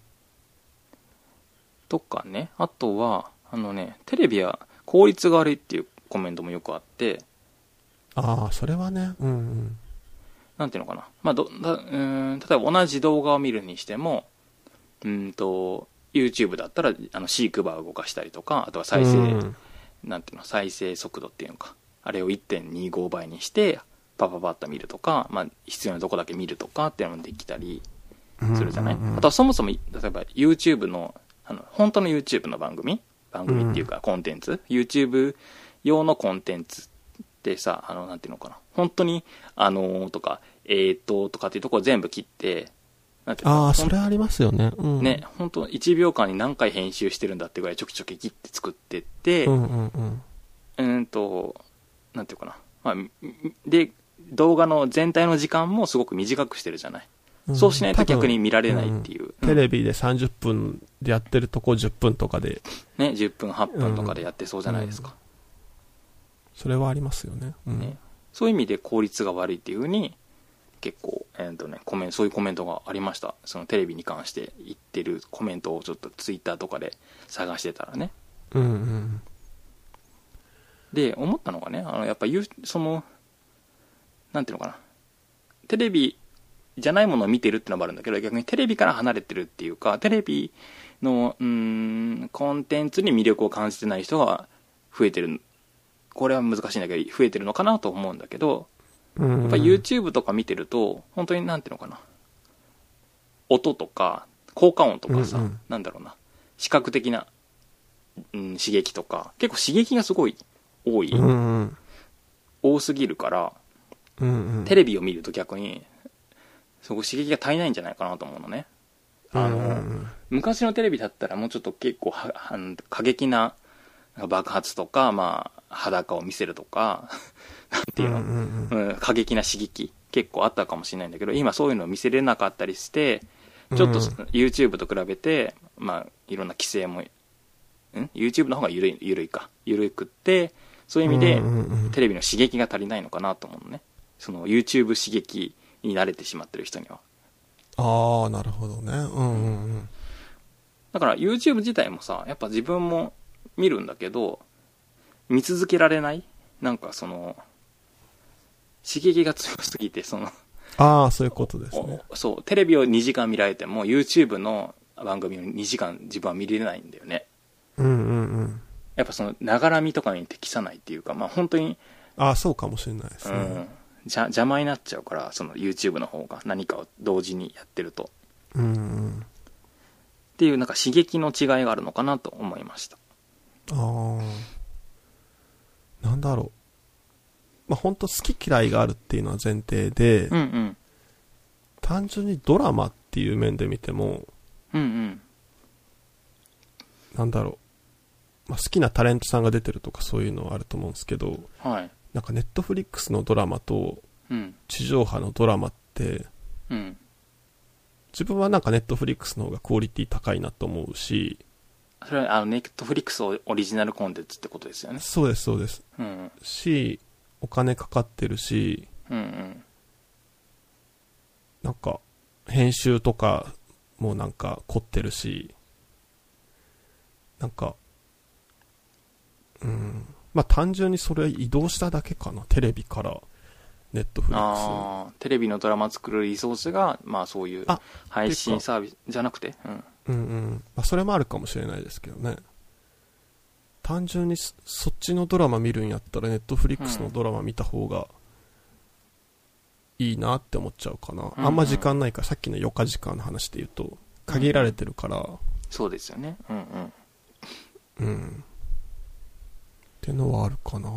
S1: とかねあとはあのねテレビは効率が悪いっていうコメントもよくあって
S2: うん。ああ、それはね。うんうん。
S1: なんていうのかな、まあ、どだうーん例えば同じ動画を見るにしてもうーんと YouTube だったらあのシークバーを動かしたりとかあとは再生、
S2: うん
S1: なんていうの再生速度っていうのかあれを1.25倍にしてパパパッと見るとか、まあ、必要なとこだけ見るとかっていうのもできたりするじゃない、
S2: うんうんうん
S1: あとはそもそも例えば YouTube のあの本当の YouTube の番組番組っていうかコンテンツ、YouTube 用のコンテンツってさあのなんていうのかな本当にあのーとかえーっととかっていうところ全部切ってなんていうの
S2: あ
S1: ほ
S2: あ、
S1: ん
S2: それありますよね。うん。
S1: ね。本当1秒間に何回編集してるんだってぐらいちょきちょき切って作ってって、
S2: うんうんうん。
S1: うーんと、なんていうかな。まあみ、で、動画の全体の時間もすごく短くしてるじゃない。
S2: ん
S1: そうしないと逆に見られないっていう。
S2: テレビで30分でやってるとこ10分とかで、
S1: ね、10分、8分とかでやってそうじゃないですか。
S2: それはありますよね。うん。
S1: ね、そういう意味で効率が悪いっていうふうに、結構、えーとね、コメント、そういうコメントがありました。そのテレビに関して言ってるコメントをちょっとツイッターとかで探してたらね。
S2: うんうん。
S1: で、思ったのがね、あの、やっぱ言う、その、なんていうのかな。テレビじゃないものを見てるってのもあるんだけど、逆にテレビから離れてるっていうか、テレビの、うーん、コンテンツに魅力を感じてない人が増えてる。これは難しいんだけど、増えてるのかなと思うんだけど、
S2: うん。
S1: やっぱ YouTube とか見てると、本当になんていうのかな。音とか、効果音とかさ、
S2: うんうん
S1: なんだろうな。視覚的な、うん、刺激とか、結構刺激がすごい多い。
S2: うんうん。
S1: 多すぎるから、
S2: うんうん。
S1: テレビを見ると逆に、すごい刺激が足りないんじゃないかなと思うのね。あの、
S2: うんうん
S1: 昔のテレビだったらもうちょっと結構は、あの過激ななんか爆発とか、まあ、裸を見せるとか、 なんていうの、
S2: うんうんうん
S1: うん、過激な刺激結構あったかもしれないんだけど今そういうのを見せれなかったりしてちょっと
S2: うん
S1: YouTube と比べて、まあ、いろんな規制もん YouTube の方が緩い緩いか緩くってそういう意味で、
S2: うんうんうん
S1: テレビの刺激が足りないのかなと思うのねその YouTube 刺激に慣れてしまってる人には
S2: ああ、なるほどね。うんうんうん。
S1: だから YouTube 自体もさやっぱ自分も見るんだけど見続けられないなんかその刺激が強すぎてその
S2: ああ、そういうことですね。
S1: おそうテレビを2時間見られても YouTube の番組を2時間自分は見れないんだよね
S2: うんうんうん。
S1: やっぱそのながらみとかに適さないっていうかまあ本当に
S2: ああ、そうかもしれないです
S1: う
S2: ね。
S1: んじゃ邪魔になっちゃうからその YouTube の方が何かを同時にやってると
S2: うんうん。
S1: っていうなんか刺激の違いがあるのかなと思いました
S2: ああ。なんだろう。まあ、本当好き嫌いがあるっていうのは前提で、
S1: うんうん
S2: 単純にドラマっていう面で見ても、
S1: うんうん
S2: なんだろう。まあ、好きなタレントさんが出てるとかそういうのはあると思うんですけど、
S1: はい
S2: なんかネットフリックスのドラマと
S1: うん
S2: 地上波のドラマって、
S1: うん
S2: 自分はなんかネットフリックスの方がクオリティ高いなと思うし、
S1: それはあのネットフリックスオリジナルコンテンツってことですよね
S2: そうですそうです。
S1: うん
S2: し、お金かかってるし、
S1: うんうん
S2: なんか、編集とかもなんか凝ってるし、なんか、うん、まあ単純にそれ移動しただけかな。テレビから、ネットフリックスに。
S1: ああテレビのドラマ作るリソースがまあそういう
S2: あ
S1: 配信サービスじゃなくてうん
S2: うんうん。まあ、それもあるかもしれないですけどね。単純にそそっちのドラマ見るんやったら、ネットフリックスのドラマ見た方がいいなって思っちゃうかな。
S1: うん
S2: あんま時間ないから、さっきの余暇時間の話で言うと、限られてるから、
S1: そうですよねうんうん
S2: うん。ってのはあるかな。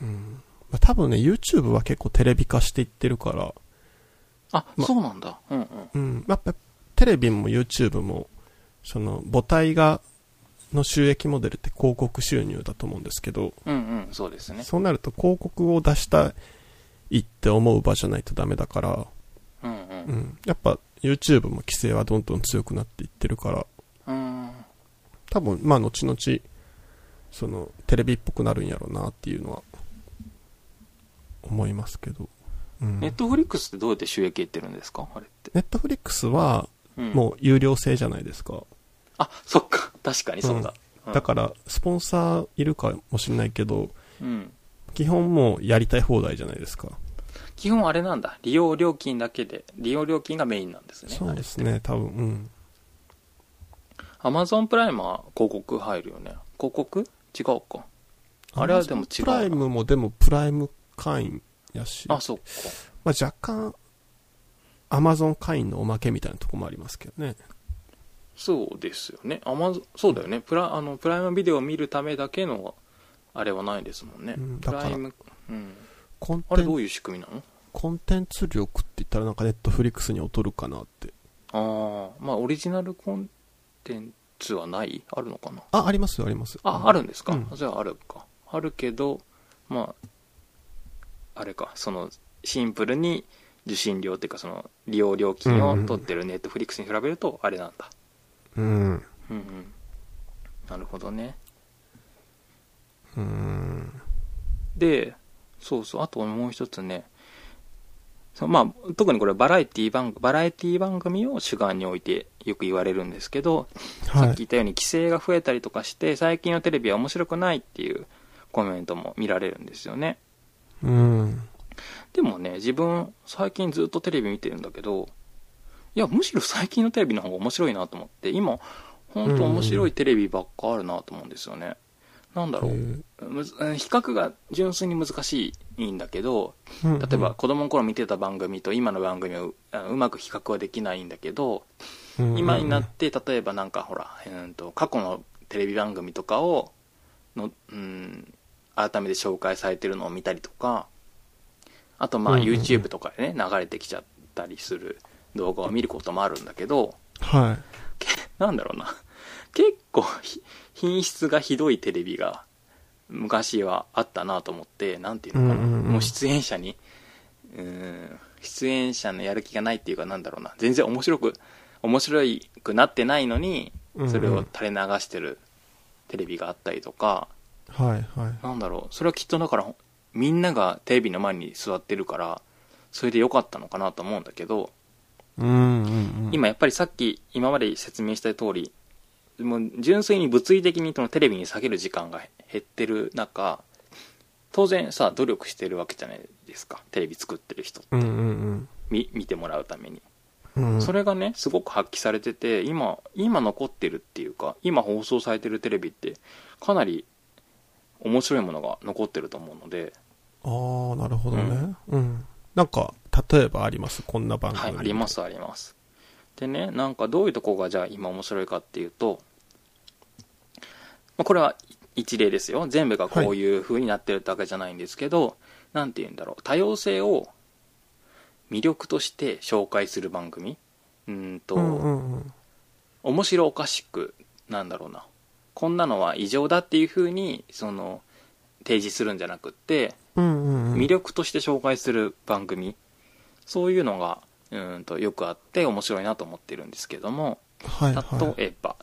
S2: うん。まあ、多分ね、YouTube は結構テレビ化していってるから、
S1: あ、
S2: ま
S1: そうなんだうんうん
S2: うん、やっぱテレビも YouTube もその母体がの収益モデルって広告収入だと思うんですけど、
S1: うんうんそうですね
S2: そうなると広告を出したいって思う場じゃないとダメだから、
S1: うん
S2: う、
S1: うん
S2: やっぱ YouTube も規制はどんどん強くなっていってるから
S1: んうん
S2: 多分まあ後々そのテレビっぽくなるんやろうなっていうのは思いますけど、うん、
S1: ネットフリックスってどうやって収益得てるんですかあれって、
S2: ネットフリックスは
S1: うん
S2: もう有料制じゃないですか、
S1: あそっか確かにそうだ、うん
S2: だから、スポンサーいるかもしれないけど、
S1: うん
S2: 基本もうやりたい放題じゃないですか。
S1: 基本あれなんだ利用料金だけで利用料金がメインなんですね
S2: そうですね、多分、うん。
S1: アマゾンプライムは広告入るよね広告違うかあれはでも違う
S2: プライムもでもプライム会員やし、
S1: あそっか
S2: まあ、若干、アマゾン会員のおまけみたいなとこもありますけどね。
S1: そうですよねアマゾンそうだよねプラあのプライムビデオを見るためだけのあれはないですもんね、
S2: うん
S1: プ
S2: だから
S1: ライム、うん、
S2: コン
S1: あ
S2: テ
S1: れどう
S2: ン
S1: いう仕組みなの
S2: コンテンツ力って言ったらなんかネットフリックスに劣るかなって。
S1: ああまあオリジナルコンテンツはないあるのかな
S2: あ、ありますよ、ありますよ。
S1: あ、あるんですか、
S2: うん
S1: じゃああるか。あるけど、まあ、あれか、その、シンプルに受信料っていうか、その、利用料金を取ってるネットフリックスに比べると、あれなんだ。
S2: うん。
S1: うんうん。なるほどね。
S2: うん。
S1: で、そうそう、あともう一つね、そのまあ、特にこれバラエティ番バラエティ番組を主眼に置いてよく言われるんですけど、さ
S2: は
S1: っき言
S2: い。
S1: ったように規制が増えたりとかして最近のテレビは面白くないっていうコメントも見られるんですよね
S2: うん。
S1: でもね自分最近ずっとテレビ見てるんだけどいやむしろ最近のテレビの方が面白いなと思って今本当面白いテレビばっかあるなと思うんですよね、なんだろ
S2: え
S1: う
S2: ー
S1: むずうん比較が純粋に難しいんだけど
S2: うん
S1: 例えば、子供の頃見てた番組と今の番組はうあうまく比較はできないんだけど
S2: うん
S1: 今になって例えばなんかほら、えーと過去のテレビ番組とかをの、うん、改めて紹介されてるのを見たりとかあとまあ
S2: うんうんうん
S1: YouTube とかでね流れてきちゃったりする動画を見ることもあるんだけど
S2: はい。
S1: けなんだろうな 結構ひ品質がひどいテレビが昔はあったなと思ってなんていうのかな、
S2: うんうんうん
S1: もう出演者にうん出演者のやる気がないっていうかなんだろうな全然面白く面白くなってないのに
S2: うんうん
S1: それを垂れ流してるテレビがあったりとか、
S2: はいはい。
S1: なんだろう、それはきっとだから、みんながテレビの前に座ってるから、それで良かったのかなと思うんだけど、
S2: うんうんうん。
S1: 今やっぱりさっき、今まで説明した通り、もう純粋に物理的にそのテレビに避ける時間が減ってる中、当然さ、努力してるわけじゃないですか。テレビ作ってる人。
S2: うんうん
S1: み見てもらうために。
S2: うん。うん、
S1: それがねすごく発揮されてて今今残ってるっていうか今放送されてるテレビってかなり面白いものが残ってると思うので、
S2: ああ、なるほどね。うん。なんか、例えばありますこんな番組。
S1: はい、ありま。すありますでねなんかどういうとこがじゃあ今面白いかっていうと、まあこれは一例ですよ全部がこういう風になってるだけじゃないんですけど何、なんて言うんだろう多様性を魅力として紹介する番組うーんと、
S2: うんうんうん。
S1: 面白おかしくなんだろうなこんなのは異常だっていうふうにその提示するんじゃなくって
S2: うんうんうん。
S1: 魅力として紹介する番組そういうのがうーんとよくあって面白いなと思ってるんですけども
S2: はいはい。
S1: 例えば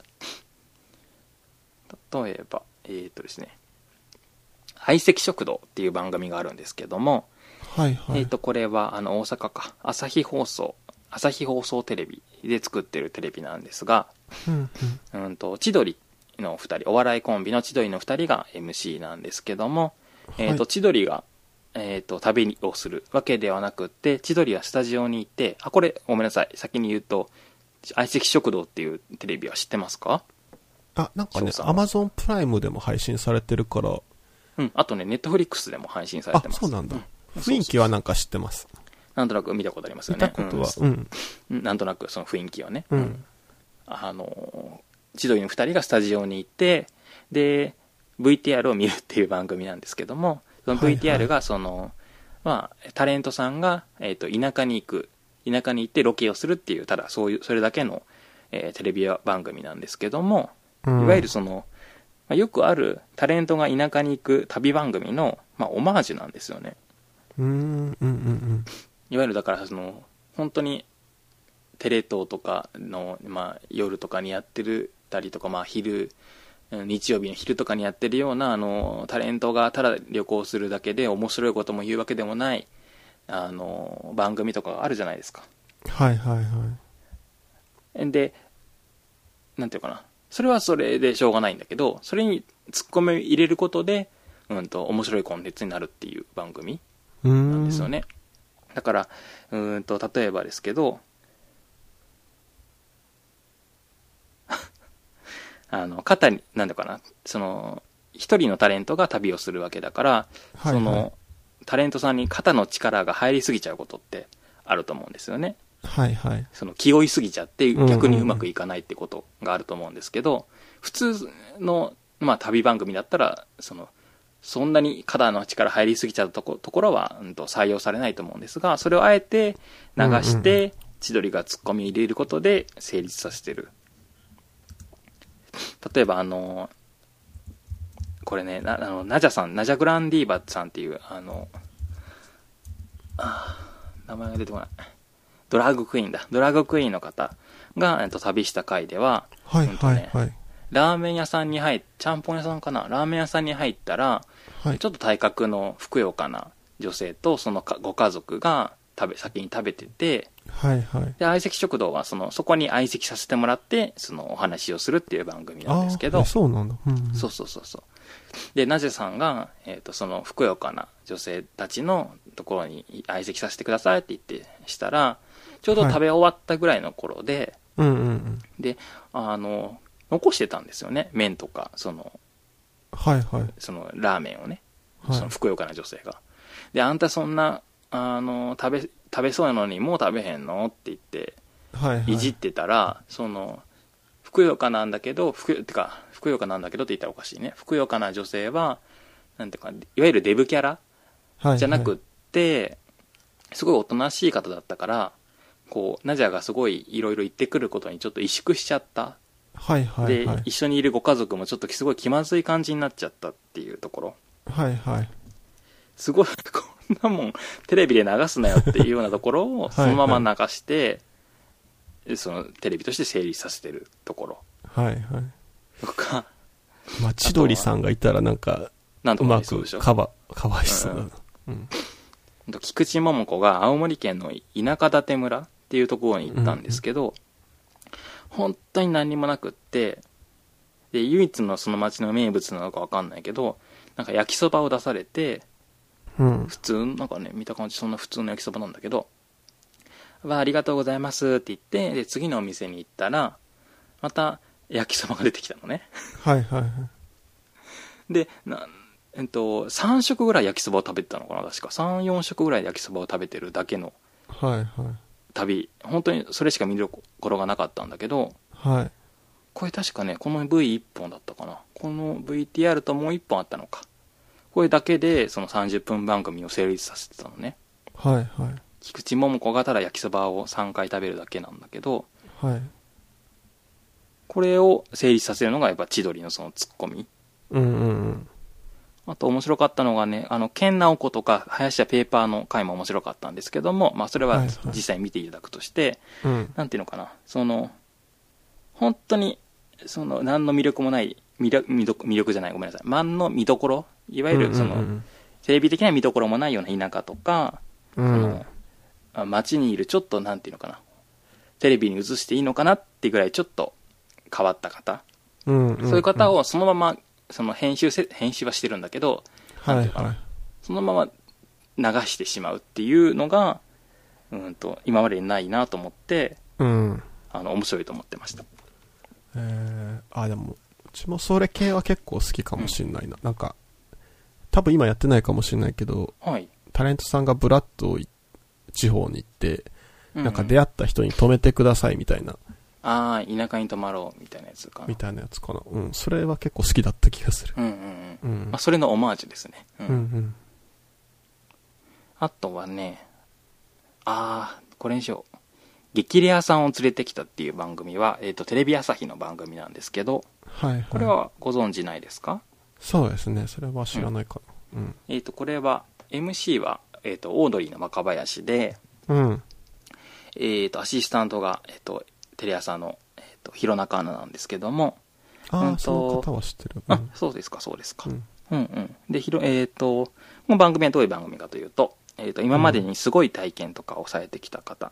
S1: 例えばえーっとですね「相席食堂」っていう番組があるんですけども、
S2: はいはい。
S1: えっ、と、これは、あの、大阪か、朝日放送、朝日放送テレビで作ってるテレビなんですが、
S2: うんうん。
S1: うんと、千鳥の二人、お笑いコンビの千鳥の二人が MC なんですけども、えっ、と、
S2: はい
S1: 千鳥が、えっ、と、旅をするわけではなくって、千鳥はスタジオにいて、あ、これ、ごめんなさい、先に言うと、相席食堂っていうテレビは知ってますか
S2: あ、なんかね、
S1: そうそう
S2: アマゾンプライムでも配信されてるから、
S1: うん。あとね、ネットフリックスでも配信され
S2: あ
S1: て、ます。
S2: そうなんだ。
S1: うん
S2: 雰囲気はなんか知ってます。
S1: なんとなく見たことありますよ
S2: 見
S1: ね。
S2: たことは。
S1: うん
S2: うん。
S1: うんなんとなくその雰囲気はね。
S2: うん。
S1: あの、千鳥の二人がスタジオに行って、で、VTR を見るっていう番組なんですけども、その
S2: はいはい
S1: VTR がその、まあ、タレントさんが、えっ、と、田舎に行く、田舎に行ってロケをするっていう、ただそういう、それだけの、えーテレビ番組なんですけども、
S2: い
S1: いわゆる、その、まあ、よくあるタレントが田舎に行く旅番組の、まあ、オマージュなんですよね。
S2: うん、うん、うん、うん。
S1: いわゆるだからその本当にテレ東とかの、まあ、夜とかにやってるたりとか、まあ、昼うん日曜日の昼とかにやってるようなあのタレントがただ旅行するだけで面白いことも言うわけでもないあの番組とかがあるじゃないですか
S2: はいはいは
S1: でなんていうかなそれはそれでしょうがないんだけどそれにツッコミを入れることで、うん、と面白いコンテンツになるっていう番組
S2: い。うーん。
S1: なんですよ。ね。だから、うーんと、例えばですけど、 あの、肩に、なんだかな、その、一人のタレントが旅をするわけだから、
S2: はい、はい。
S1: その、タレントさんに肩の力が入りすぎちゃうことってあると思うんですよね。
S2: はいはい。
S1: その気負いすぎちゃって
S2: うんうん
S1: 逆にうまくいかないってことがあると思うんですけど、普通の、まあ、旅番組だったらそのそんなに肩の力入りすぎちゃうとこところは、うん、と採用されないと思うんですがそれをあえて流し
S2: うんう
S1: て千鳥がツッコミ入れることで成立させてる例えばあのこれねなあのナジャさんナジャグランディーバさんっていうあのあー名前が出てこないドラッグクイーンだ。ドラッグクイーンの方が、えっと、旅した回では、
S2: はい
S1: ほんと
S2: はい
S1: ね
S2: はい。
S1: ラーメン屋さんに入っ、ちゃんぽん屋さんかなラーメン屋さんに入ったら、
S2: はい。
S1: ちょっと体格のふくよかな女性と、そのかご家族が食べ、先に食べてて、
S2: はいはい。
S1: で、相席食堂は、その、そこに相席させてもらって、その、お話をするっていう番組なんですけ
S2: あ
S1: ど
S2: ー、そうなんだ。うん。
S1: そうそうそうそう。で、なぜさんが、えっ、と、その、ふくよかな女性たちのところに相席させてくださいって言ってしたら、ちょうど食べ終わったぐらいの頃で、
S2: うんうんうん。
S1: であの残してたんですよね麺とかその
S2: はいはい。
S1: そのラーメンをね、
S2: はい
S1: そのふくよかな女性がであんたそんなあの食べ食べそうなのにもう食べへんのって言って
S2: はいはい。
S1: いじってたら、そのふくよかなんだけどふくてかふくよかなんだけどって言ったらおかしいねふくよかな女性はなんていうかいわゆるデブキャラ
S2: はいはい
S1: じゃなくっ、て、すごいおとなしい方だったからこうナジャがすごいいろいろ言ってくることにちょっと萎縮しちゃった
S2: はいはい
S1: で、
S2: はい。
S1: 一緒にいるご家族もちょっとすごい気まずい感じになっちゃったっていうところ
S2: はいはい。
S1: すごいこんなもんテレビで流すなよっていうようなところを
S2: い
S1: そのまま流してそのテレビとして成立させてるところ
S2: はいはい。
S1: とか、
S2: まあ、千鳥さんがいたらなんか、
S1: なんと
S2: う
S1: かな
S2: ま
S1: りそうでし
S2: く
S1: ょ。
S2: カバー、かわいそうだな。うん。
S1: ほんと菊池桃子が青森県の田舎館村っていうところに行ったんですけど、本当に何にもなくってで唯一のその町の名物なのか分かんないけどなんか焼きそばを出されて
S2: うん。
S1: 普通なんかね見た感じそんな普通の焼きそばなんだけど「わあありがとうございます」って言ってで次のお店に行ったらまた焼きそばが出てきたのね
S2: はいはいはい。
S1: でなえっと3食ぐらい焼きそばを食べてたのかな確か34食ぐらい焼きそばを食べてるだけの
S2: はいはい。
S1: 旅本当にそれしか見どころがなかったんだけど
S2: はい。
S1: これ確かねこの V1 本だったかなこの VTR ともう1本あったのかこれだけでその30分番組を成立させてたのね
S2: はいはい。
S1: 菊池桃子がただ焼きそばを3回食べるだけなんだけど
S2: はい。
S1: これを成立させるのがやっぱ千鳥のそのツッコミ
S2: うんうんうん。
S1: あと面白かったのがね、あの、ケンナオコとか、林家ペーパーの回も面白かったんですけども、まあそれ
S2: は
S1: はい
S2: はい
S1: 実際見ていただくとして、
S2: うん。
S1: なんていうのかな、その、本当に、その、何の魅力もない、魅力魅力魅力じゃない、ごめんなさい、何の見どころ、いわゆるその、
S2: うん
S1: テレビ的な見どころもないような田舎とか、
S2: う
S1: あ
S2: んうん。
S1: のあ街にいるちょっと、なんていうのかな、テレビに映していいのかなってぐらいちょっと変わった方、
S2: うんんん
S1: そういう方、をそのまま、その編集せ、編集はしてるんだけど、
S2: は
S1: ないんていうか
S2: は
S1: なそのまま流してしまうっていうのが、うんと、今までにないなと思って、
S2: い。うん。
S1: あの、面白いと思ってました。
S2: えー、あ、でも、うちもそれ系は結構好きかもしんないな。なんか、多分今やってないかもしんないけど、
S1: はい。
S2: タレントさんがブラッドをい地方に行って、なんか出
S1: 会
S2: 会った人に止めてくださいみたいな、
S1: ああ、田舎に泊まろうみたいなやつかな。
S2: みたいなやつかな。うん。それは結構好きだった気がする。
S1: うんうんう
S2: う
S1: ん。
S2: ん
S1: まあ、。それのオマージュですね。うん。
S2: うんうん。
S1: あとはね、ああ、これにしよう。激レアさんを連れてきたっていう番組は、えっ、と、テレビ朝日の番組なんですけど、
S2: はいはい。
S1: これはご存知ないですか、
S2: そうですね。それは知らないかな。うん。
S1: えっ、と、これは、MC は、えっ、と、オードリーの若林で、
S2: うん。
S1: えっ、と、アシスタントが、えっ、と、テレ朝の、えっ、と、弘中アナなんですけども、
S2: あ
S1: うん
S2: あ、
S1: と
S2: その方は知ってる。う
S1: あ
S2: ん、。
S1: そうですか、そうですか。
S2: うん
S1: うんうん。で、ひろ、えっ、と、この番組はどういう番組かというと、えっ、と、今までにすごい体験とかをされてきた方。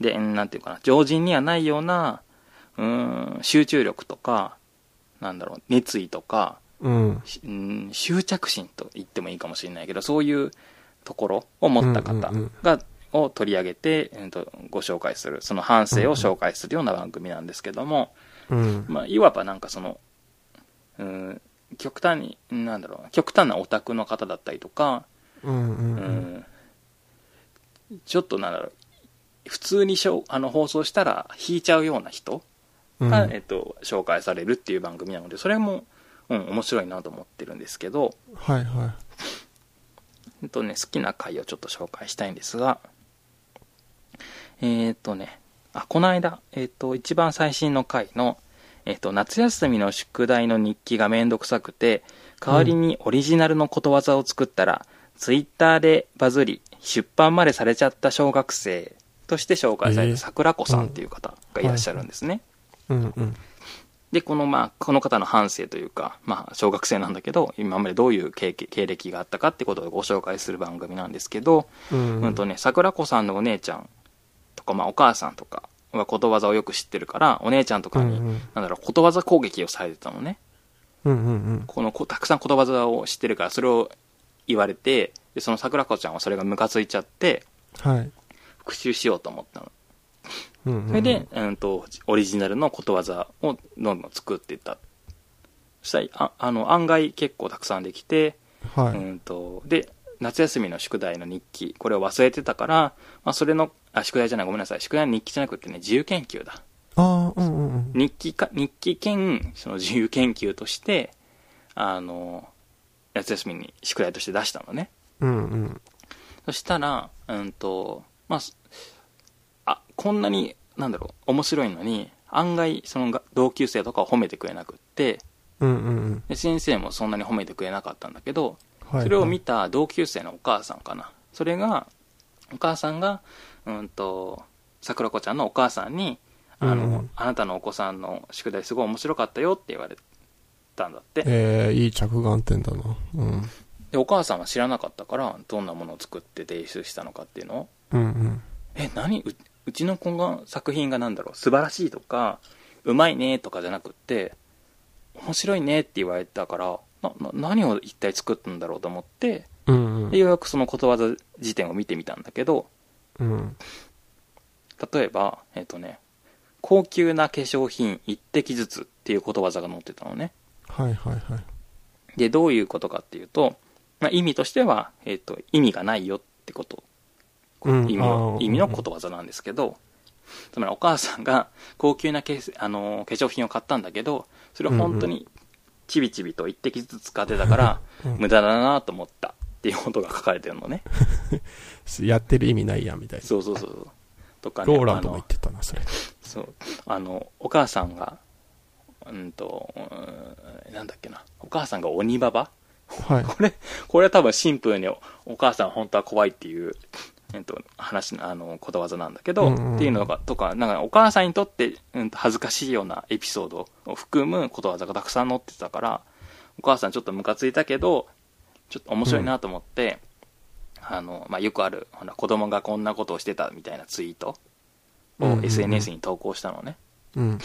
S1: で、うんなんていうかな、常人にはないような、うーん、集中力とか、なんだろう、熱意とか、
S2: うん。
S1: しうーん、執着心と言ってもいいかもしれないけど、そういうところを持った方が、
S2: うんうん
S1: を取り上げて、えーと、ご紹介する、その反省を紹介するような番組なんですけども、
S2: うん。
S1: まあ、いわばなんかその、うん、極端に、なんだろうな、極端なオタクの方だったりとか、
S2: うんう
S1: うん
S2: うん。
S1: ん、ちょっとなんだろう、普通にしょあの放送したら引いちゃうような人
S2: うん
S1: が、えっと、紹介されるっていう番組なので、それも、うん、面白いなと思ってるんですけど、
S2: はいは
S1: えっとね、好きな回をちょっと紹介したいんですが、えーっとね、あ、この間、えっと、一番最新の回の、えっと、夏休みの宿題の日記がめんどくさくて、代わりにオリジナルのことわざを作ったら、ツイッターでバズり、出版までされちゃった小学生として紹介され
S2: えー
S1: た桜子さんっていう方がいらっしゃるんですね。
S2: い。うんうん。
S1: で、この、まあ、この方の反省というか、まあ、小学生なんだけど、今までどういう経験経歴があったかってことをご紹介する番組なんですけど、
S2: うん
S1: うんとね、桜子さんのお姉ちゃんとか、まあ、お母さんとかはことわざをよく知ってるから、お姉ちゃんとかに、
S2: うんうん
S1: なんだろう、ことわざ攻撃をされてたのね。
S2: うんうんうん。
S1: このこ、たくさんことわざを知ってるから、それを言われて、で、その桜子ちゃんはそれがムカついちゃって、
S2: はい。
S1: 復讐しようと思ったの。
S2: うんうんうん
S1: それで、、うんと、オリジナルのことわざをどんどん作っていった。そしたら、ああの、案外結構たくさんできて、
S2: は
S1: う
S2: い。
S1: んとで夏休みの宿題の日記これを忘れてたから、まあ、それのあ宿題じゃないごめんなさい宿題の日記じゃなくてね自由研究だ
S2: ああ、うんうんうん。
S1: 日記か日記兼その自由研究としてあの夏休みに宿題として出したのね
S2: うんうん。
S1: そしたらうんとまあすあこんなになんだろう面白いのに案外そのが同級生とかを褒めてくれなくって
S2: うんうんうん。
S1: で先生もそんなに褒めてくれなかったんだけど
S2: はい。
S1: それを見た同級生のお母さんかな。それが、お母さんが、うんと、桜子ちゃんのお母さんに、あの、
S2: うんうん
S1: あなたのお子さんの宿題すごい面白かったよって言われたんだって。
S2: えー、いい着眼点だな。うん。
S1: で、お母さんは知らなかったから、どんなものを作って提出したのかっていうのを、
S2: うんうん。
S1: え、何ううちの子が作品が何だろう素晴らしいとか、うまいねとかじゃなくって、面白いねって言われたから、な、な何を一体作ったんだろうと思って、
S2: うんう
S1: で
S2: ん。
S1: ようやくそのことわざ辞典を見てみたんだけど、
S2: うん。
S1: 例えば、えっ、とね、高級な化粧品一滴ずつっていうことわざが載ってたのね。
S2: はいはいはい。
S1: で、どういうことかっていうと、まあ、意味としては、えっ、と、意味がないよってこと。
S2: うん
S1: 意味の、意味のことわざなんですけど、つまりお母さんが 高級なけあのー化粧品を買ったんだけど、それを本当にちびちびと一滴ずつ使ってたから、
S2: うんうん
S1: 無駄だなと思ったっていうことが書かれてるのね。
S2: やってる意味ないやんみたいな。
S1: そうそうそう。とかね、
S2: ローランド
S1: あの
S2: も言ってたな、それ。
S1: そうあのお母さんがうんとうんなんだっけなお母さんが鬼ババ
S2: はい。
S1: これこれは多分シンプルにおお母さん本当は怖いっていう、えっと、話のあのことわざなんだけど、
S2: うんうんうん
S1: っていうのがとかなんかお母さんにとって、うんと、恥ずかしいようなエピソードを含むことわざがたくさん載ってたからお母さんちょっとムカついたけどちょっと面白いなと思って、あのまあ、よくあるほら子供がこんなことをしてたみたいなツイート
S2: うんう
S1: を
S2: んうん
S1: SNS に投稿したのね、
S2: うん。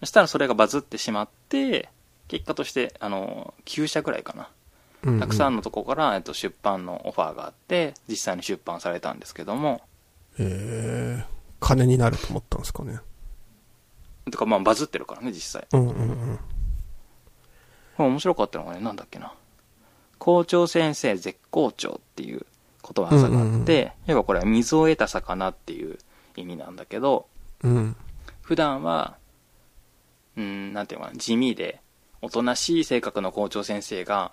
S1: そしたらそれがバズってしまって、結果として、あの、9社ぐらいかな。
S2: うん
S1: たくさん。のとこから、えっと、出版のオファーがあって、実際に出版されたんですけども、
S2: えー、金になると思ったんですかね。
S1: とか、まあ、バズってるからね、実際。
S2: うんうんうん。
S1: これ面白かったのがね、なんだっけな。校長先生絶好調っていうことわざがあって、要はこれは水を得た魚っていう意味なんだけど、
S2: うん。
S1: 普段は、うん、なんていうのかな、地味で、おとなしい性格の校長先生が、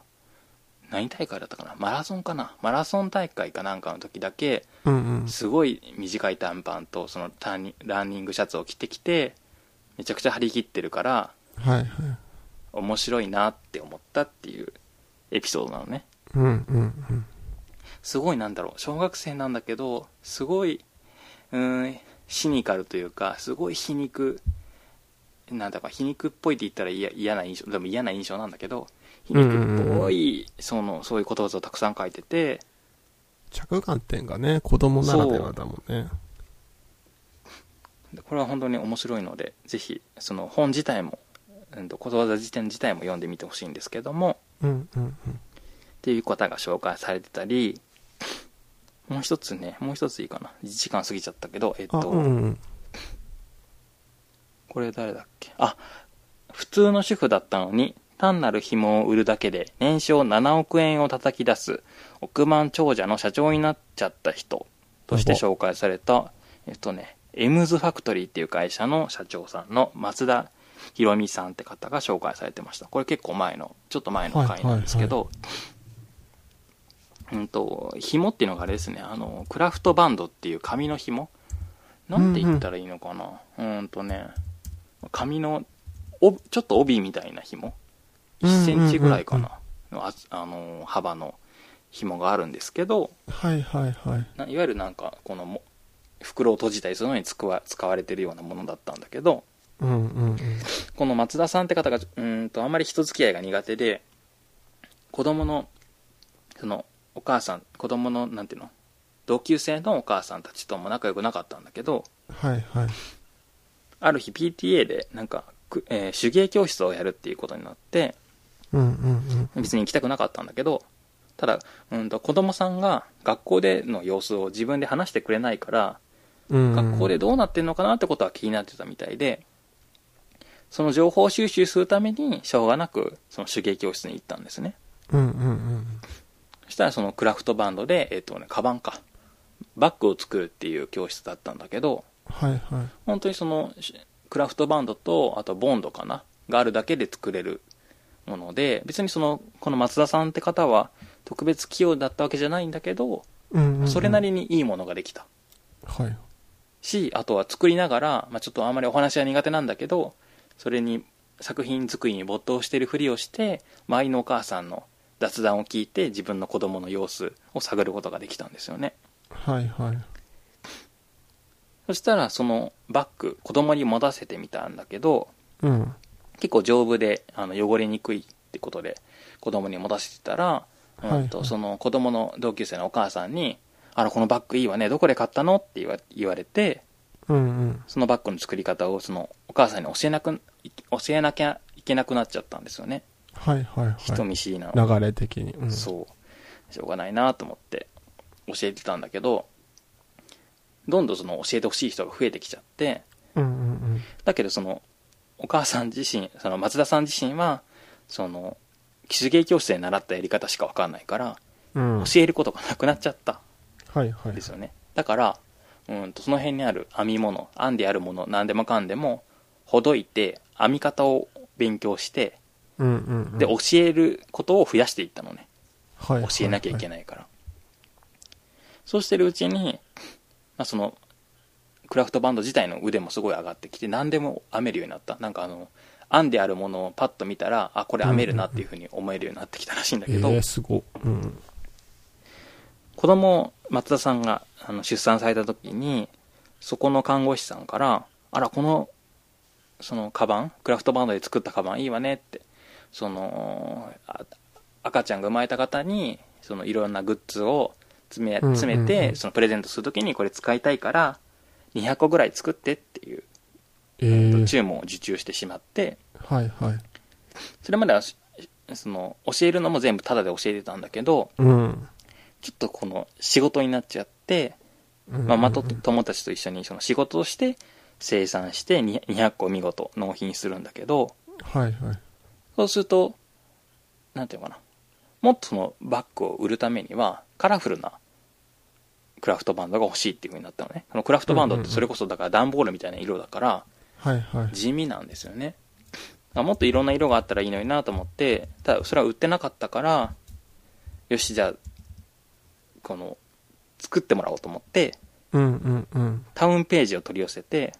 S1: 何大会だったかなマラソンかなマラソン大会かなんかの時だけ、
S2: うんうん。
S1: すごい短い短パンと、そのターニランニングシャツを着てきて、めちゃくちゃ張り切ってるから、
S2: はいはい。
S1: 面白いなって思ったっていうエピソードなのね。
S2: うんうん
S1: すごいなんだろう、小学生なんだけど、すごい、うーん、シニカルというか、すごい皮肉、なんだか皮肉っぽいって言ったら嫌嫌な印象、でも嫌な印象なんだけど、皮肉っぽい、その、そういうことわざをたくさん書いてて、
S2: 着眼点がね、子供ならではだもんね。
S1: でこれは本当に面白いので、ぜひ、その本自体も、うんと、ことわざ辞典自体も読んでみてほしいんですけども、
S2: うんうん
S1: っていう方が紹介されてたり、もう一つね、もう一ついいかな。時間過ぎちゃったけど、えっ
S2: あ、
S1: と、
S2: うんうん。
S1: これ誰だっけあ、普通の主婦だったのに、単なる紐を売るだけで年商7億円を叩き出す億万長者の社長になっちゃった人として紹介された、えっとね、エムズファクトリーっていう会社の社長さんの松田博美さんって方が紹介されてました。これ結構前の、ちょっと前の回なんですけど、うんと、紐っていうのがあれですね、あの、クラフトバンドっていう紙の紐なんて言ったらいいのかな、うんん、とね、紙のおちょっと帯みたいな紐1センチぐらいかな、のああのー幅の紐があるんですけど
S2: はいはいはい。
S1: ないわゆるなんかこのも袋を閉じたりするのに使わ使われてるようなものだったんだけど
S2: うんうんうん。
S1: この松田さんって方がうーんとあんまり人付き合いが苦手で子供のそのお母さん子供のなんていうの同級生のお母さんたちとも仲良くなかったんだけど
S2: はいはい。
S1: ある日 PTA でなんか、くえー手芸教室をやるっていうことになって
S2: うんうん
S1: 別に行きたくなかったんだけどただ、うん、と子供さんが学校での様子を自分で話してくれないから
S2: うん。
S1: 学校でどうなってんのかなってことは気になってたみたいでその情報収集するためにしょうがなくその手芸教室に行ったんですね
S2: うんうんうん。
S1: そしたらそのクラフトバンドでえっ、とねカバンかバッグを作るっていう教室だったんだけど
S2: はいはい。
S1: 本当にそのしクラフトバンドとあとボンドかながあるだけで作れるもので別にそのこの松田さんって方は特別器用だったわけじゃないんだけど
S2: うん
S1: それな。りにいいものができた
S2: はい。
S1: しあとは作りながら、まあ、ちょっとあんまりお話は苦手なんだけどそれに作品作りに没頭してるふりをして周りのお母さんの雑談を聞いて自分の子供の様子を探ることができたんですよね
S2: はいはい。
S1: そしたら、そのバッグ、子供に持たせてみたんだけど、
S2: うん。
S1: 結構丈夫で、あの、汚れにくいってことで、子供に持たせてたら、うんと
S2: はいはい
S1: その子供の同級生のお母さんに、あら、このバッグいいわね、どこで買ったのって言わ言われて、
S2: うんうん。
S1: そのバッグの作り方を、その、お母さんに教えなく、教えなきゃいけなくなっちゃったんですよね。
S2: はいはいはい。
S1: 人見知りなので
S2: 流れ的に。うん、
S1: そう。しょうがないなと思って教えてたんだけど、どんどんその教えてほしい人が増えてきちゃって、
S2: う。うんうんうん。
S1: だけどその、お母さん自身、その松田さん自身は、その、手芸教室で習ったやり方しかわかんないから、
S2: うん、
S1: 教えることがなくなっちゃった
S2: はいは
S1: ん
S2: い
S1: です。よね。だから、うんと、その辺にある編み物、編んであるもの、何でもかんでも、ほどいて、編み方を勉強して、
S2: うんうんうん、
S1: で、教えることを増やしていったのね。
S2: はいはい
S1: 教えなきゃいけ
S2: ない。
S1: ないから、そうしてるうちに、まあ、そのクラフトバンド自体の腕もすごい上がってきて何でも編めるようになったなんかあの編んであるものをパッと見たらあこれ編めるなっていうふうに思えるようになってきたらしいんだけど、
S2: えー、すごい。うん。
S1: 子供を松田さんがあの出産された時にそこの看護師さんから「あらこのそのカバンクラフトバンドで作ったカバンいいわね」ってそのあ赤ちゃんが生まれた方にそのいろんなグッズを詰め
S2: うんうんうん
S1: 詰めて、そのプレゼントする時にこれ使いたいから200個ぐらい作ってっていう
S2: えー、
S1: 注文を受注してしまって
S2: はいはい。
S1: それまではしその教えるのも全部タダで教えてたんだけど
S2: うん。
S1: ちょっとこの仕事になっちゃってママと友達と一緒にその仕事をして生産してに200個見事納品するんだけど
S2: はいはい。
S1: そうするとなんていうのかなもっとそのバッグを売るためにはカラフルなクラフトバンドが欲しいっていう風になったのねそのクラフトバンドってそれこそだから段ボールみたいな色だから
S2: はいはい。
S1: 地味なんですよねあもっといろんな色があったらいいのになと思ってただそれは売ってなかったからよしじゃあこの作ってもらおうと思って
S2: うんうんうん。
S1: タウンページを取り寄せて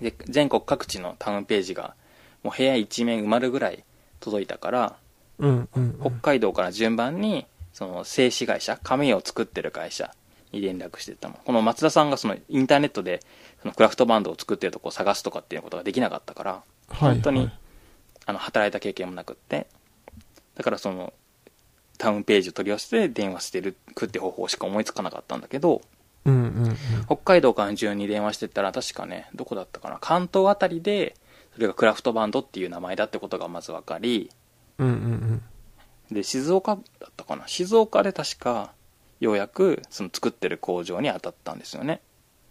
S1: で全国各地のタウンページがもう部屋一面埋まるぐらい届いたから
S2: うんうんう
S1: 北
S2: ん。
S1: 海道から順番にその製紙会社紙を作ってる会社に連絡してったのこの松田さんがそのインターネットでそのクラフトバンドを作ってるとこを探すとかっていうことができなかったから
S2: はいはい
S1: 本当にあの働いた経験もなくってだからそのタウンページを取り寄せて電話してるくって方法しか思いつかなかったんだけど
S2: うんうんうん。
S1: 北海道から順に電話してったら確かねどこだったかな関東あたりでそれがクラフトバンドっていう名前だってことがまず分かり
S2: うんうん
S1: で静岡だったかな静岡で確かようやくその作ってる工場に当たったんですよね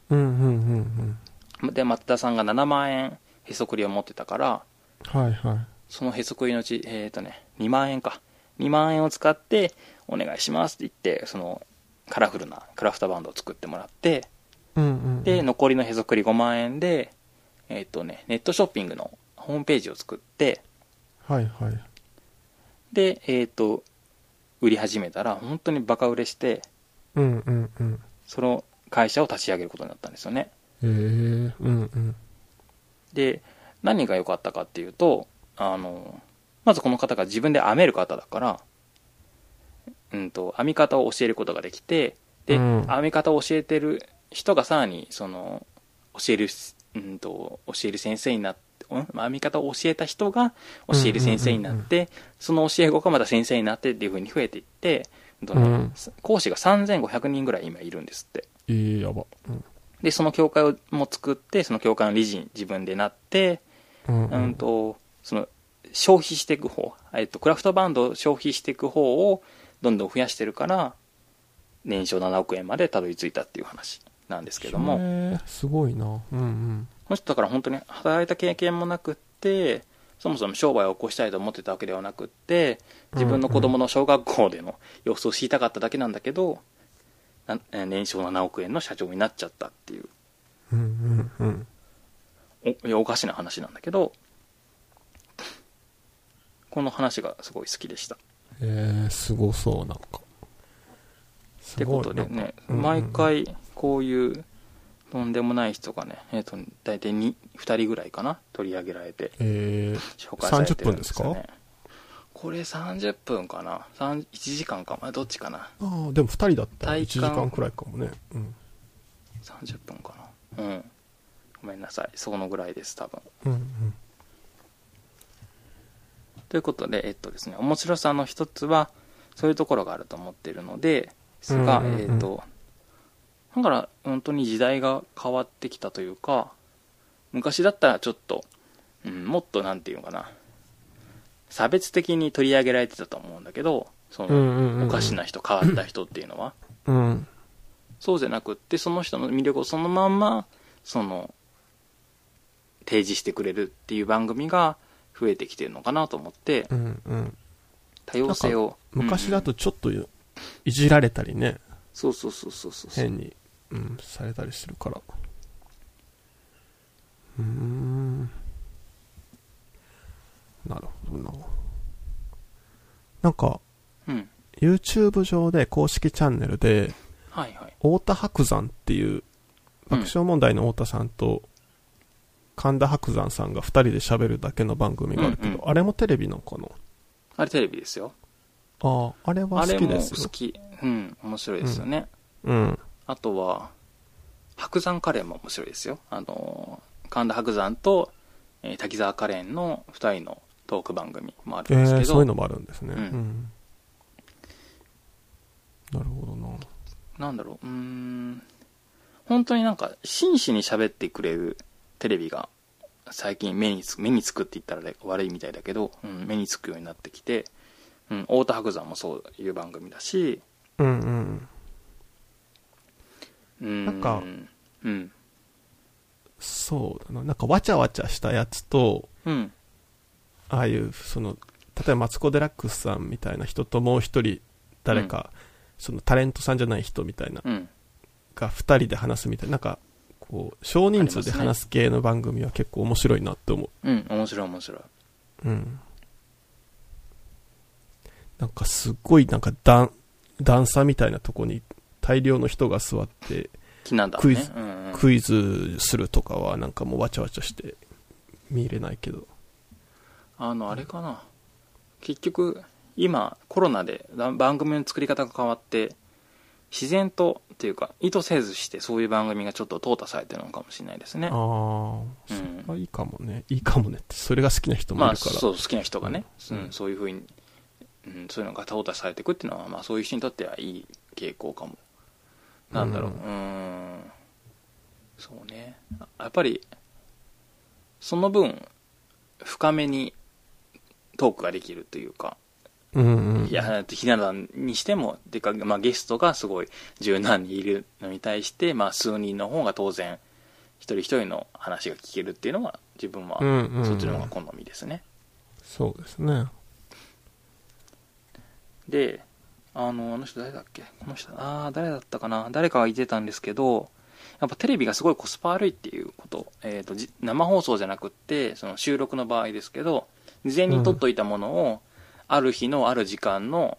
S2: うん。うんうんうんうん。
S1: で松田さんが7万円へそくりを持ってたから
S2: はいはい。
S1: そのへそくりのうちえっ、とね2万円か2万円を使ってお願いしますって言ってそのカラフルなクラフトバンドを作ってもらって
S2: うんうんうん。
S1: で、残りのへそくり5万円で、えっ、とね、ネットショッピングのホームページを作って、
S2: はいはい。
S1: で、えっ、と、売り始めたら、本当にバカ売れして、
S2: うんうんうん。
S1: その会社を立ち上げることになったんですよね。
S2: えー、うんうん。
S1: で、何が良かったかっていうと、あの、まずこの方が自分で編める方だから、うんと、編み方を教えることができて、で、
S2: うん
S1: 編み方を教えてる人がさらに、その、教える、うんと、教える先生になって、うん編み方を教えた人が教える先生になって、その教え子がまた先生になってっていう風に増えていって、うんとね
S2: うん
S1: 講師が3500人ぐらい今いるんですって。
S2: えー、やば。うん
S1: で、その教会をも作って、その教会の理事に自分でなって、
S2: うんう
S1: うん
S2: ん。
S1: と、その、消費していく方、えっと、クラフトバンドを消費していく方をどんどん増やしてるから、年商7億円までたどり着いたっていう話なんですけども、
S2: えー、すごいな。うんうん。
S1: この人だから本当に働いた経験もなくって、そもそも商売を起こしたいと思ってたわけではなくって、自分の子供の小学校での様子を知りたかっただけなんだけど、なえー年商7億円の社長になっちゃったっていう
S2: うんうんうん。
S1: おいやおかしな話なんだけど、この話がすごい好きでした。
S2: えー、すごそう、なんか。
S1: っ
S2: す
S1: て
S2: ご
S1: こ
S2: い
S1: とでね、
S2: うんうん
S1: 毎回こういうとんでもない人がね、えっ、と、大体 2, 2人ぐらいかな、取り上げられて、
S2: えー、
S1: 紹介されてるんですよ
S2: 30分
S1: ね。これ30分かな3 ?1 時間かまあどっちかな
S2: ああ、でも2人だったら
S1: 体
S2: 1
S1: 感
S2: 時間くらいかもね。うん。
S1: ?30 分かなうん。ごめんなさい。そのぐらいです、多分。
S2: うんうん。
S1: ということで、えっとですね、面白さの一つは、そういうところがあると思っているので、ですが、
S2: うんうんうん
S1: えっと、だから本当に時代が変わってきたというか、昔だったらちょっと、うん、もっとなんていうのかな、差別的に取り上げられてたと思うんだけど、そ
S2: うん
S1: の、
S2: うんうん。
S1: おかし。な人、変わった人っていうのは、
S2: うん。
S1: そうじゃなくって、その人の魅力をそのまんま、その、提示してくれるっていう番組が増えてきてるのかなと思って、
S2: うんうん。
S1: 多様性を。
S2: 昔だ
S1: うん
S2: とちょっといじられたりね、
S1: そうそうそうそうそうそう。
S2: 変に、うん、されたりするから。うーん。なるほどな。なんか、
S1: うん。
S2: YouTube 上で公式チャンネルで、
S1: はいはい。
S2: 太田白山っていう、
S1: うん
S2: 爆笑問題の太田さんと、神田白山さんが二人で喋るだけの番組があるけど、
S1: うんうん
S2: あれもテレビなのかな
S1: あれテレビですよ。
S2: ああ、あれは
S1: あ
S2: 好
S1: れ
S2: き
S1: も
S2: ですよ
S1: 好。き。うん。面白いですよね。
S2: うん。
S1: あとは、白山カレンも面白いですよ。あのー、神田白山と、えー滝沢カレンの二人のトーク番組もあ
S2: え
S1: るんですけど、
S2: ーそういうのもあるんですね。う
S1: うんん。
S2: なるほどな。
S1: なんだろう、うーん。本当になんか、真摯に喋ってくれるテレビが、最近目につ目につくって言ったら悪いみたいだけど、うん、目につくようになってきて、うん、太田白山もそういう番組だし、
S2: うんうん。
S1: うん。
S2: なんか
S1: うん。
S2: そうだな。なんかわちゃわちゃしたやつと、
S1: うん。
S2: ああいう、その、例えばマツコ・デラックスさんみたいな人ともう一人、誰か、そのタレントさんじゃない人みたいな、
S1: うん。
S2: が二人で話すみたいな、なんか、こう、少人数で
S1: ありま
S2: 話す系の番組は結構面白いなって思
S1: うん。面白い面白い。
S2: う。うん。なんかすっごいなんか段、段差みたいなとこに大量の人が座って、
S1: 気なんだ、ね。
S2: クイズ
S1: うんうん、
S2: クイズするとかはなんかもうわちゃわちゃして見れないけど。
S1: あの、あれかな。結局、今、コロナでだ番組の作り方が変わって、自然と、っていうか、意図せずして、そういう番組がちょっと淘汰されてるのかもしれないですね。
S2: ああ、
S1: うん
S2: それはいいかもね。いいかもねって、それが好きな人もい
S1: ま
S2: る
S1: あ、
S2: から。
S1: そう、好きな人がね、
S2: う
S1: うんんそういうふうに、うん、そういうのが淘汰されていくっていうのは、まあ、そういう人にとってはいい傾向かも。なんだろう、
S2: う
S1: うんん、んそうね。あやっぱり、その分、深めにトークができるというか、
S2: うんうん。
S1: いや、ひな壇にしても、てか、まあ、ゲストがすごい柔軟にいるのに対して、まあ、数人の方が当然、一人一人の話が聞けるっていうのは、自分は
S2: う、んうん、
S1: そっちの方が好みですね。
S2: そうですね。
S1: であのあの人誰だっけこの人ああ誰だったかな誰かが言ってたんですけどやっぱテレビがすごいコスパ悪いっていうこと,、えー、とじ生放送じゃなくってその収録の場合ですけど事前に撮っといたものを、ある日のある時間の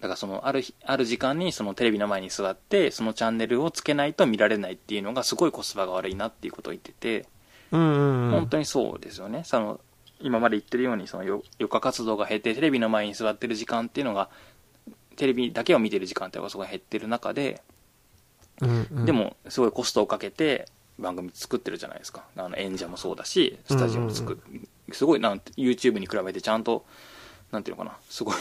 S1: だからそのある日ある時間にそのテレビの前に座ってそのチャンネルをつけないと見られないっていうのがすごいコスパが悪いなっていうことを言ってて、
S2: うんうんうん。
S1: 本当にそうですよねその今まで言ってるようにそのよ余暇活動が減ってテレビの前に座ってる時間っていうのがテレビだけを見てる時間っていうのがすごい減ってる中で、
S2: うんうん
S1: で、もすごいコストをかけて番組作ってるじゃないですかあの演者もそうだしスタジオも作っすごいなんて YouTube に比べてちゃんとなんていうのかなすごい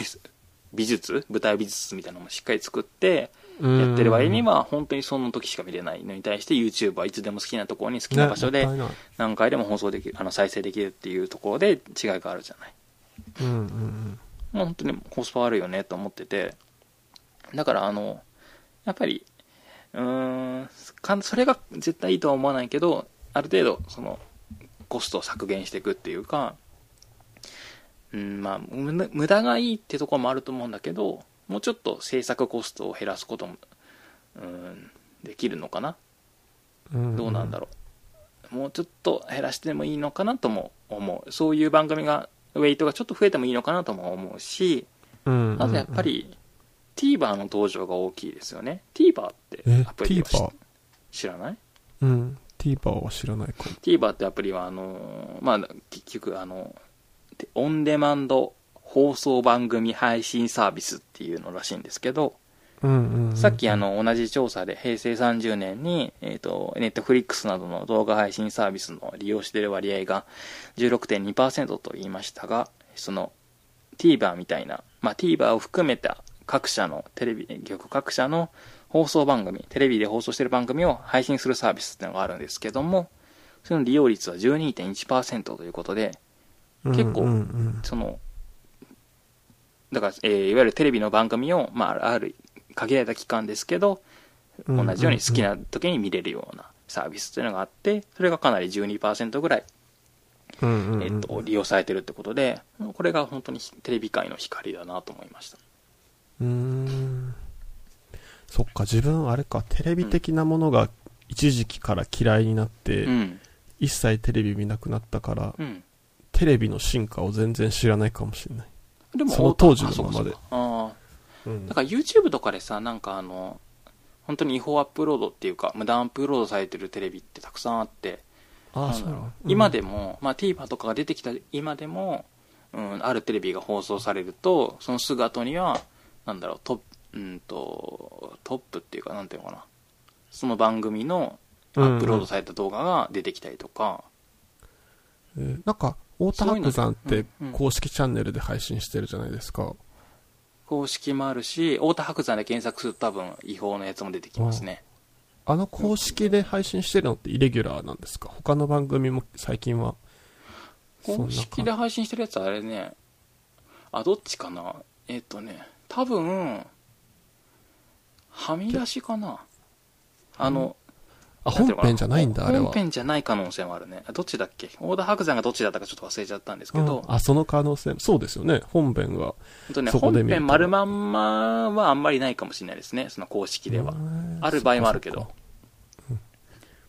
S1: 美術舞台美術みたいなのもしっかり作ってやってる割には本当にその時しか見れないのに対して YouTube はいつでも好きなところに好
S2: う
S1: き
S2: んうん、
S1: な場所で
S2: ねもっ
S1: 何回でも放送できるあの再生できるっていうところで違いがあるじゃない
S2: たいないうんうん
S1: もう本当にコスパ悪いよねと思っててだからあのやっぱりうーんかんそれが絶対いいとは思わないけどある程度そのコストを削減していくっていうかうんまあ無駄無駄がいいってところもあると思うんだけどもうちょっと制作コストを減らすこともうんできるのかな
S2: うんうん。
S1: どうなんだ
S2: ろ
S1: ろう、もうちょっと減らしてもいいのかなとも思うそういう番組がウェイトがちょっと増えてもいいのかなとも思うし
S2: うんうんうん。
S1: あとやっぱり TVer の登場が大きいですよね TVer って
S2: え、
S1: アプリは知
S2: TVer。
S1: 知らない
S2: うん。TVer は知らないかも。
S1: TVer ってアプリはあのーまあ結局あのでオンデマンド放送番組配信サービスっていうのらしいんですけど
S2: うんうんうん
S1: さっきあ、の同じ調査で平成30年に、えっ、と、ネットフリックスなどの動画配信サービスの利用している割合が16.2%と言いましたが、その TVer みたいな、まあ、TVer を含めた各社のテレビ局各社の放送番組、テレビで放送している番組を配信するサービスっていうのがあるんですけども、その利用率は12.1%ということで、結構
S2: うんうんうん
S1: その、だから、えーいわゆるテレビの番組を、まあ、ある限られた期間ですけど、
S2: うんうん
S1: 同じように好きな時に見れるようなサービスというのがあって、それがかなり12%ぐらい、
S2: うんうんうん
S1: えっと、利用されてるってことで、これが本当にテレビ界の光だなと思いました。
S2: うーんそっか、自分あれか、テレビ的なものが一時期から嫌いになって、
S1: うん。
S2: 一切テレビ見なくなったから、
S1: うん。
S2: テレビの進化を全然知らないかもしれない。
S1: で
S2: その当時の
S1: あそうか
S2: ままで
S1: そうかああ。
S2: うん
S1: だから YouTube とかでさ、なんかあの、本当に違法アップロードっていうか、無断アップロードされてるテレビってたくさんあって、
S2: あ
S1: なん
S2: そ
S1: だ
S2: う
S1: ろう
S2: なの
S1: 今で、も、まあ、TVer とかが出てきた今でも、うん、あるテレビが放送されるとそのすぐ後にはなんだろうトップ、うん、とトップっていうかなんていうのかなその番組のアップロードされた動画が出てきたりとか、
S2: うんえーなんか、太田博さんっ
S1: そういう
S2: て
S1: のうんうん
S2: 公式チャンネルで配信してるじゃないですか。
S1: 公式もあるし太田白山で検索すると多分違法のやつも出てきますね、
S2: あの公式で配信してるのってイレギュラーなんですか他の番組も最近は。
S1: 公式で
S2: そんな感
S1: 配信してるやつはあれねあどっちかなえっ、とね多分はみ出しかなあの、
S2: あ、本編じゃないんだ、あれは。
S1: 本編じゃない可能性もあるね。あどっちだっけオーダー白山がどっちだったかちょっと忘れちゃったんですけど、
S2: うんあ、その可能性。そうですよね。本編が。
S1: 本当ね、
S2: そこで
S1: 本
S2: 見ると
S1: 編丸まんまはあんまりないかもしれないですね。その公式では。ある場合もあるけど
S2: そっかそっかうん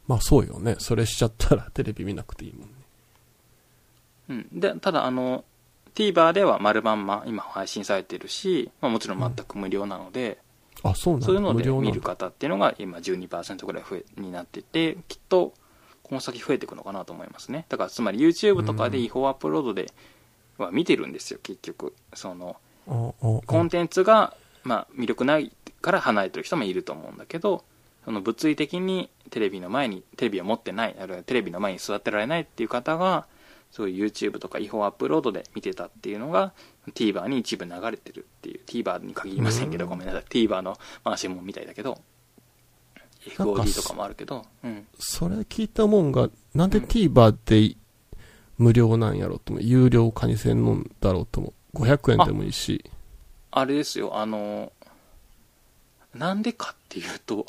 S2: まあそうよね。それしちゃったら テレビ見なくていいもんね。
S1: うん。で、ただあの、TVer では丸まんま今配信されてるし、まあもちろん全く無料なので、
S2: あ、そうなんだ。
S1: そういうの
S2: 無
S1: で
S2: 料なん
S1: 見
S2: だ
S1: る。方っていうのが今12%ぐらい増えになってて、きっとこの先増えていくのかなと思いますね。だからつまり YouTube とかで違法アップロードでは見てるんですよ、結局。その、
S2: あああ
S1: コンテンツが、まあ、魅力ないから離れてる人もいると思うんだけどその物理的にテレビの前にテレビを持ってないあるいはテレビの前に座ってられないっていう方がそういう YouTube とか違法アップロードで見てたっていうのが TVer に一部流れてるっていう TVer に限りませんけど
S2: うん
S1: ごめんなさい TVer の話もみたいだけど
S2: なんか
S1: FOD とかもあるけど、うん、
S2: それ聞いたもんが、なんで TVer って無料なんやろうとも、有料化にせんのんだろうとも、500円でもいいし。
S1: あれですよあのなんでかっていうと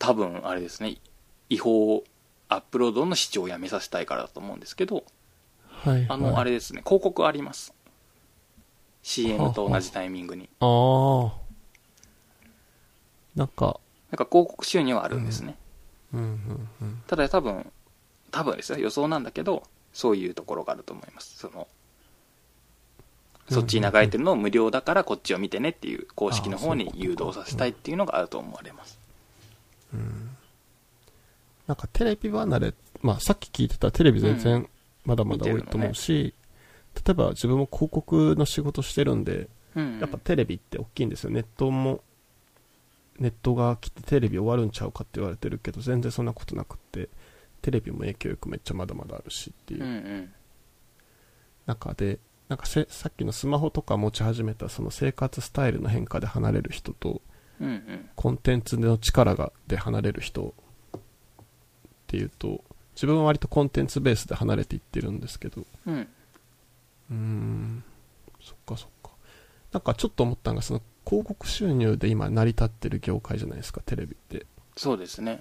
S1: 多分あれですね違法アップロードの視聴をやめさせたいからだと思うんですけど
S2: はい、はい。
S1: あの、あれ。ですね広告あります CM と同じタイミングに
S2: ああ。な
S1: な
S2: んか、
S1: んか広告収入はあるんですね、
S2: うんうんうん。
S1: ただ多分多分ですよ予想なんだけどそういうところがあると思いますそのそっちに流れてるのを無料だからこっちを見てねっていう公式の方に誘導させたいっていうのがあると思われます
S2: なんかテレビ離れ、まあさっき聞いてたテレビ全
S1: う
S2: 然まだまだ多いと思うし、例えば自分も広告の仕事してるんで、
S1: うん
S2: やっぱテレビって大きいんですよ。ネットも、ネットが来てテレビ終わるんちゃうかって言われてるけど、全然そんなことなくって、テレビも影響力めっちゃまだまだあるしっていううん
S1: うん
S2: 中で、なんかせさっきのスマホとか持ち始めたその生活スタイルの変化で離れる人と、
S1: うんうん
S2: コンテンツの力がで離れる人っていうと自分は割とコンテンツベースで離れていってるんですけどう
S1: うん
S2: ーんそっかそっかなんかちょっと思ったのがその広告収入で今成り立ってる業界じゃないですかテレビってで
S1: そうですね。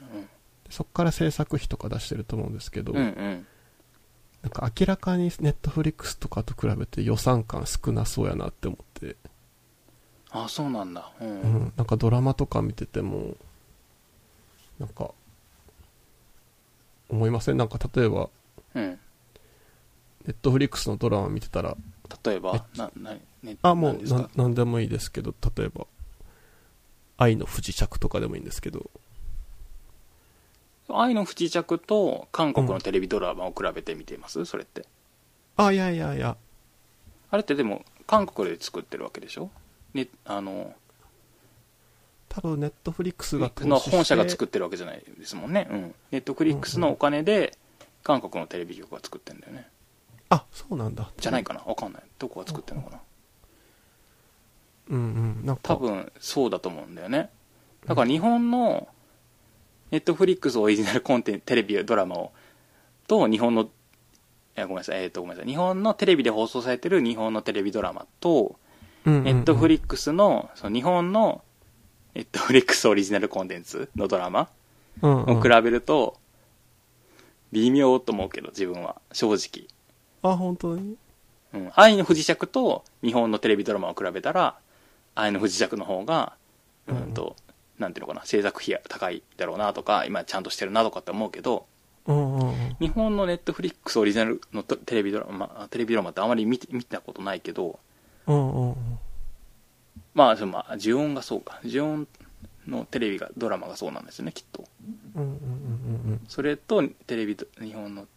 S2: そっから制作費とか出してると思うんですけど、
S1: うん。うんうん。
S2: なんか明らかにネットフリックスとかと比べて予算感少なそうやなって思って、
S1: あ、そうなんだ。う。
S2: うんん、なんかドラマとか見ててもなんか思いませんなんか例えば
S1: うん。
S2: ネットフリックスのドラマ見てたら、
S1: 例えば、な、な、ね、
S2: あ、も
S1: 何で
S2: う
S1: す
S2: な
S1: か、
S2: なんでもいいですけど、例えば、愛の不時着とかでもいいんですけど、
S1: 愛の不時着と韓国のテレビドラマを比べてみていますそれって。
S2: あ、いやいやいや、
S1: あれってでも、韓国で作ってるわけでしょね、あの、
S2: 多分ネットフリックスが
S1: の本社が作
S2: っ
S1: ってるわけじゃないですもんね。うん。ネットフリックスのお金で、韓国のテレビ局が作ってるんだよね。
S2: あ、そうなんだ。
S1: じゃないかなわかんない。どこが作ってるのかな
S2: うんうん。なんか。
S1: 多分、そうだと思うんだよね。だから日本の、ネットフリックスオリジナルコンテンツ、テレビ、ドラマを、と日本の、いやごめんなさい、えっ、と、ごめんなさい。日本のテレビで放送されてる日本のテレビドラマと、
S2: うんうんうん、
S1: ネットフリックスの、その日本の、ネットフリックスオリジナルコンテンツのドラマ
S2: うんうん
S1: を比べると、微妙と思うけど、自分は。正直。
S2: あ、本当に
S1: うん。愛の不時着と日本のテレビドラマを比べたら、愛の不時着の方が、うんと、なんていうのかな、制作費が高いだろうなとか、今ちゃんとしてるなとかって思うけど、
S2: うんうんうん。
S1: 日本のネットフリックスオリジナルのとテレビドラマ、あテレビドラマってあまり見て見たことないけど、
S2: うんうんうん。
S1: まあ、そのまあ、呪音がそうか。呪音のテレビが、ドラマがそうなんですよね、きっと。
S2: うんうんうんうん
S1: それと、テレビと、日本の、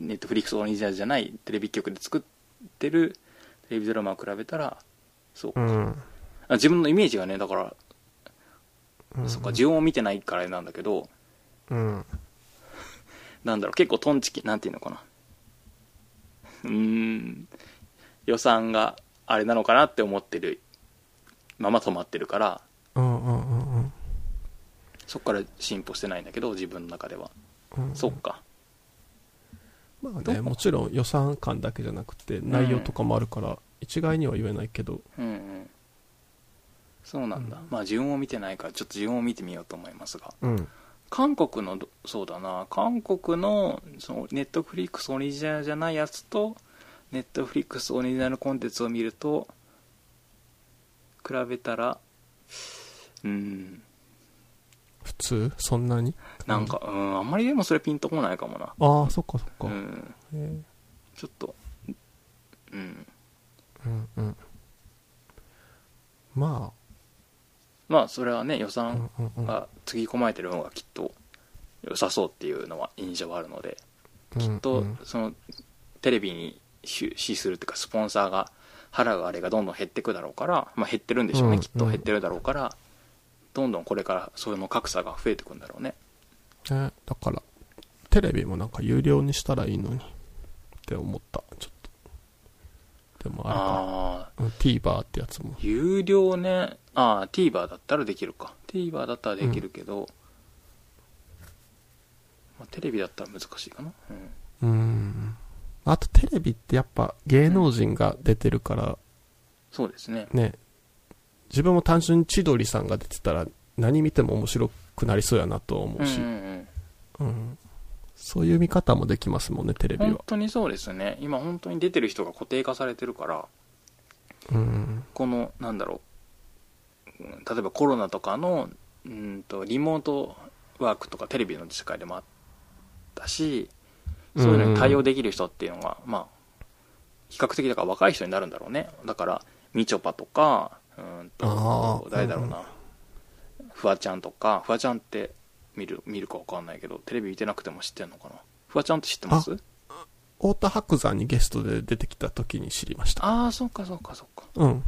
S1: ネットフリックスオリジナルじゃないテレビ局で作ってるテレビドラマを比べたら、そう
S2: う
S1: か。
S2: ん。
S1: あ自分のイメージがね、だから、
S2: うん。
S1: そっか、呪音を見てないからあれなんだけど、
S2: うん。
S1: なんだろう、結構トンチキ、なんていうのかな。うーん、予算があれなのかなって思ってるまま止まってるから、
S2: うんうんうんうん。
S1: そっから進歩してないんだけど、自分の中では。
S2: うん
S1: そっか。
S2: まあ
S1: ど
S2: ね、
S1: こ
S2: もちろん予算感だけじゃなくて内容とかもあるから一概には言えないけど、
S1: うんうん。そうなんだ。
S2: うん
S1: まあ、自分を見てないから、ちょっと自分を見てみようと思いますが。
S2: うん、
S1: 韓国のど、そうだな、韓国の、その、ネットフリックスオリジナルじゃないやつと、ネットフリックスオリジナルコンテンツを見ると、比べたら、うん、
S2: 普通そんなに
S1: なんか、うん、あんまりでもそれピンとこないかもな。
S2: ああそっかそっか、
S1: う
S2: へ
S1: ん、
S2: え
S1: ちょっと、うん。
S2: うんうんま
S1: まあ、それはね、予
S2: あ、う
S1: 算
S2: んうんうん
S1: がつぎ込まれてる方がきっと良さそうっていうのは印象はあるので、
S2: うん
S1: と
S2: うん
S1: そのテレビにし支するっていうかスポンサーが払うあれがどんどん減ってくだろうから、まあ、減ってるんでしょうね、
S2: うん
S1: きっと減ってるだろうからどんどんこれからそういうの格差が増えてくんだろうね
S2: ね、だからテレビもなんか有料にしたらいいのにって思ったちょっとでもあれか
S1: ああ
S2: うん TVer ってやつも
S1: 有料ねああ TVer だったらできるか TVer だったらできるけど、まあ、テレビだったら難しいかな、うん、
S2: うんあとテレビってやっぱ芸能人が出てるから、
S1: そうですね
S2: ね、自分も単純に千鳥さんが出てたら何見ても面白くなりそうやなとは思
S1: う
S2: うん
S1: う
S2: し、
S1: ん
S2: う
S1: うんん
S2: そういう見方もできますもんね、テレビ
S1: 本
S2: は。
S1: 当にそうですね今本当に出てる人が固定化されてるから
S2: うん、
S1: このなんだろううん例えばコロナとかのうんとリモートワークとかテレビの世界でもあったしそういうのに対応できる人っていうのが、まあ比較的だから若い人になるんだろうねだからみちょぱとかうん
S2: あ
S1: と
S2: ー
S1: 誰だろうな、フワちゃんとかフワちゃんって見る見るか分かんないけどテレビ見てなくても知ってんのかなフワちゃんって知ってます
S2: 太田白山にゲストで出てきた時に知りました。
S1: ああーそうかそうかそうか
S2: うん。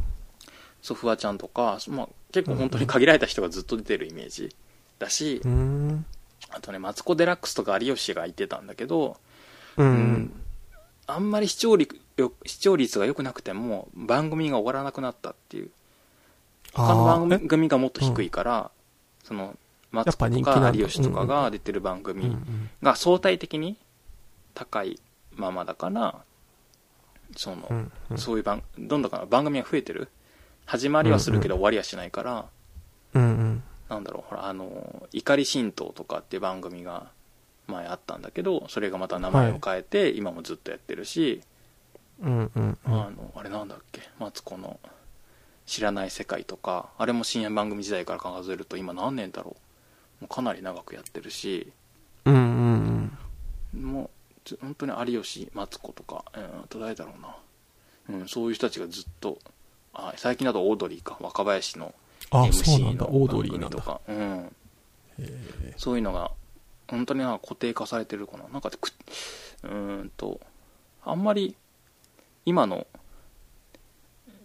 S1: そうフワちゃんとか、まあ、結構本当に限られた人がずっと出てるイメージだし、
S2: うん。
S1: あとねマツコ・デラックスとか有吉がいてたんだけど、
S2: う。
S1: うんあんまり視聴率よ視聴率が良くなくても番組が終わらなくなったっていう他の
S2: あー
S1: 番組がもっと低いから、そのマツコ
S2: や
S1: と
S2: っぱ人気な
S1: か
S2: んだ
S1: 有吉とかが出てる番
S2: えうんう
S1: 組
S2: ん
S1: が相対的に高いままだからその、
S2: うんうん
S1: そういう番どんどんかな番組が増えてる始まりはするけど終わりはしないから、
S2: うんうん
S1: なんだろう、ほら、あの、怒り神道とかっていう番組が前あったんだけど、それがまた名前を変えて、今もずっとやってるし、
S2: うんうんうん
S1: あの、あれなんだっけ、マツコの知らない世界とか、あれも深夜番組時代から数えると今何年だろう。もうかなり長くやってるし、
S2: うんうん
S1: もうず、本当に有吉、マツコとか、うん、あと誰だろうな。うん、そういう人たちがずっと、あ最近だとオードリーか、若林の
S2: あ、そうなん
S1: MC
S2: だ。
S1: の
S2: オードリーな
S1: 番組
S2: ん
S1: と
S2: だ。
S1: か、うん、そういうのが本当になんか固定化されてるかななんかくうーんとあんまり今の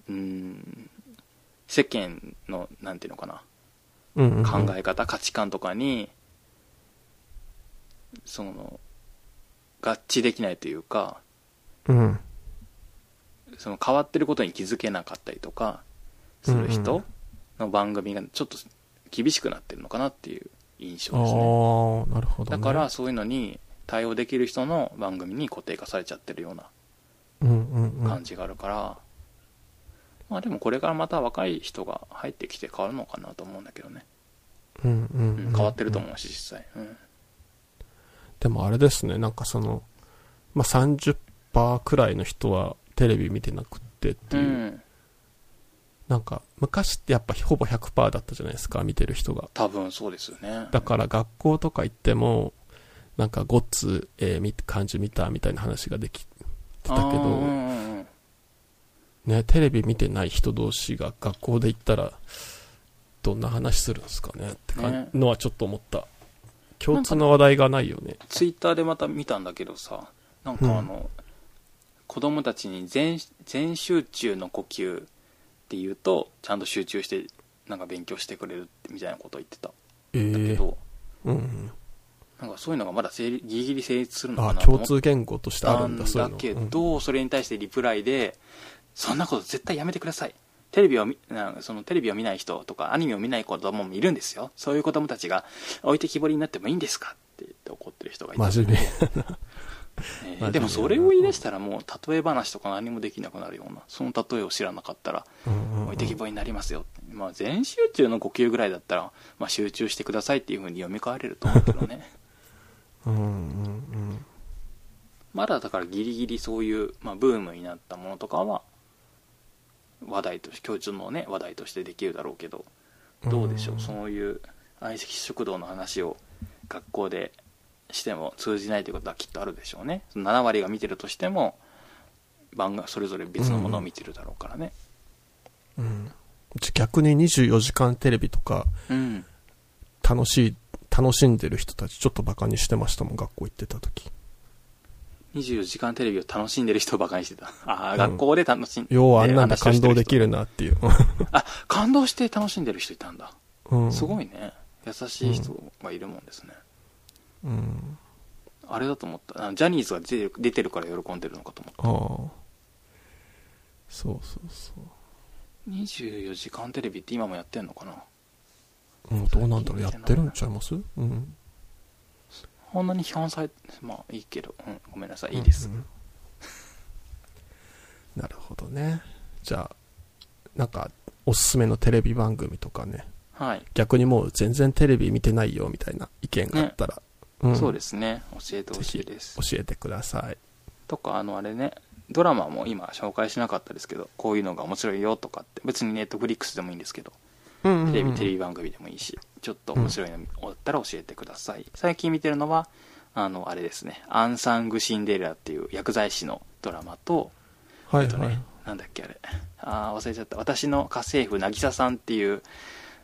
S1: うーん世間のなんていうのかな
S2: うんうんうん
S1: 考え方、価値観とかに、その、合致できないというか、
S2: うん。
S1: その変わってることに気づけなかったりとか、する
S2: うんう
S1: 人
S2: ん
S1: の番組がちょっと厳しくなってるのかなっていう印
S2: あ
S1: 象
S2: あ
S1: ですね。
S2: ー、なるほど、
S1: だ
S2: ね。
S1: から、そういうのに対応できる人の番組に固定化されちゃってるような
S2: うんうんうん。
S1: 感じがあるから、まあでもこれからまた若い人が入ってきて変わるのかなと思うんだけどね、
S2: うんうん
S1: う
S2: うんん、
S1: 変わってると思うし実際、うん
S2: でもあれですね、なんかその、まあ、30%くらいの人はテレビ見てなくってっていう、
S1: うん
S2: なんか昔ってやっぱほぼ100%だったじゃないですか、見てる人が。
S1: 多分そうですよね
S2: だから学校とか行っても、なんかごっつ、えー、見て漢字見たみたいな話ができてたけ
S1: あーう
S2: ど、
S1: んうんうん
S2: ね、テレビ見てない人同士が学校で行ったら、どんな話するんですかねってかん
S1: ね
S2: のはちょっと思った。共通の話題がないよね。
S1: ツイッターでまた見たんだけどさなんかあの、子供たちに全全集中の呼吸っていうとちゃんと集中してなんか勉強してくれるってみたいなこと言ってた
S2: え
S1: だけ
S2: ー
S1: ど、
S2: うんうん、
S1: なんかそういうのがまだ成立ギリギリ成立するのか
S2: あ
S1: なと思
S2: 共
S1: って
S2: 通言語としてあるんだ、そう
S1: な
S2: いうんの
S1: だけど、それに対してリプライで「そんなこと絶対やめてください」テレビを見なそのテレビを見ない人とかアニメを見ない子供もいるんですよそういう子供たちが置いてきぼりになってもいいんですかって言って怒ってる人がいて、
S2: 真面目。
S1: えー
S2: 真面目
S1: でもそれを言い出したらもう例え話とか何もできなくなるようなその例えを知らなかったら置いてきぼりになりますよって、まあ、全集中の呼吸ぐらいだったら、まあ、集中してくださいっていうふうに読み替えれると思うけどね
S2: うんうんうん。
S1: まだだからギリギリそういう、まあ、ブームになったものとかは話題として共通のね話題としてできるだろうけどどうでしょう、
S2: うん
S1: そういう相席食堂の話を学校でしても通じないということはきっとあるでしょうねその7割が見てるとしても番がそれぞれ別のものを見てるだろうからね
S2: うん。うち逆に24時間テレビとか、
S1: うん、
S2: 楽しい、楽しんでる人たちちょっとバカにしてましたもん、学校行ってた時。
S1: 24時間テレビを楽しんでる人をバカにしてたああ、
S2: うん
S1: 学校で楽しんで
S2: ようあんなんで感動でき
S1: る
S2: るなっていう。
S1: あ感動して楽しんでる人いたんだ、
S2: うん
S1: すごいね優しい人がいるもんですね、
S2: うん。
S1: あれだと思った。あのジャニーズが出てる出てるから喜んでるのかと思っ
S2: ああ。そうそうそ
S1: た。24時間テレビって今もやってんのかな
S2: う。もうどうなんだろう、やってるんちゃいますうん。
S1: こんなに批判されて、まあいいけど、うん、ごめんなさい、いいです。
S2: うんうん なるほどね。じゃあ、なんか、おすすめのテレビ番組とかね、
S1: はい、
S2: 逆にもう全然テレビ見てないよみたいな意見があったら、ん
S1: そうですね。教えてほしいです。
S2: 教えてください。
S1: とか、あの、あれね、ドラマも今紹介しなかったですけど、こういうのが面白いよとかって、別にネットフリックスでもいいんですけど、テレビ、テレビ番組でもいいし、ちょっと面白いのあったら教えてください。最近見てるのは、あの、あれですね、アンサング・シンデレラっていう薬剤師のドラマと、
S2: はい
S1: えっとね
S2: はい。
S1: なんだっけあれあー忘れちゃった私の家政婦渚さんっていう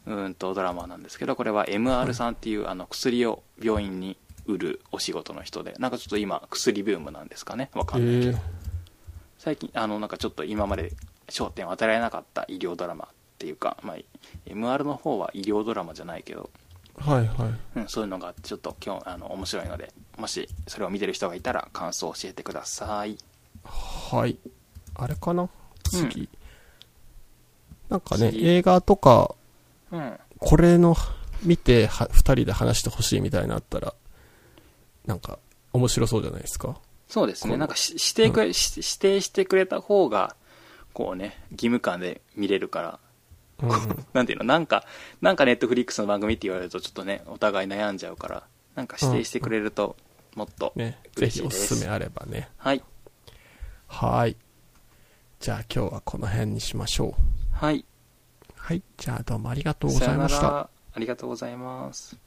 S1: うーんとドラマなんですけどこれは MR さんっていう、あの薬を病院に売るお仕事の人でなんかちょっと今薬ブームなんですかねわかんない、
S2: えー
S1: 最近あのなんかちょっと今まで焦点を与えられなかった医療ドラマっていうか、まあ、MR の方は医療ドラマじゃないけど、
S2: はいはい。
S1: うん、そういうのがちょっと今日あの面白いのでもしそれを見てる人がいたら感想を教えてください
S2: はい。あれかな次、なんかね、
S1: 次
S2: 映画とか、
S1: うん
S2: これの、見ては、二人で話してほしいみたいなのあったら、なんか、面白そうじゃないですか。
S1: そうです
S2: こ
S1: ね。
S2: う
S1: なんかし指定くれ、し指定してくれた方が、こうね、義務感で見れるから、
S2: うん
S1: こうなんていうの、なんか、なんかネットフリックスの番組って言われるとちょっとね、お互い悩んじゃうから、なんか指定してくれると、もっと
S2: ね、ぜ
S1: 嬉し
S2: ひ
S1: い
S2: お
S1: ですす。
S2: すめあればね。
S1: はい。
S2: はい。じゃあ今日はこの辺にしましょ
S1: はい。
S2: う。はい。じゃあどうもありがとうございまし
S1: さよな
S2: た。
S1: らありがとうございます。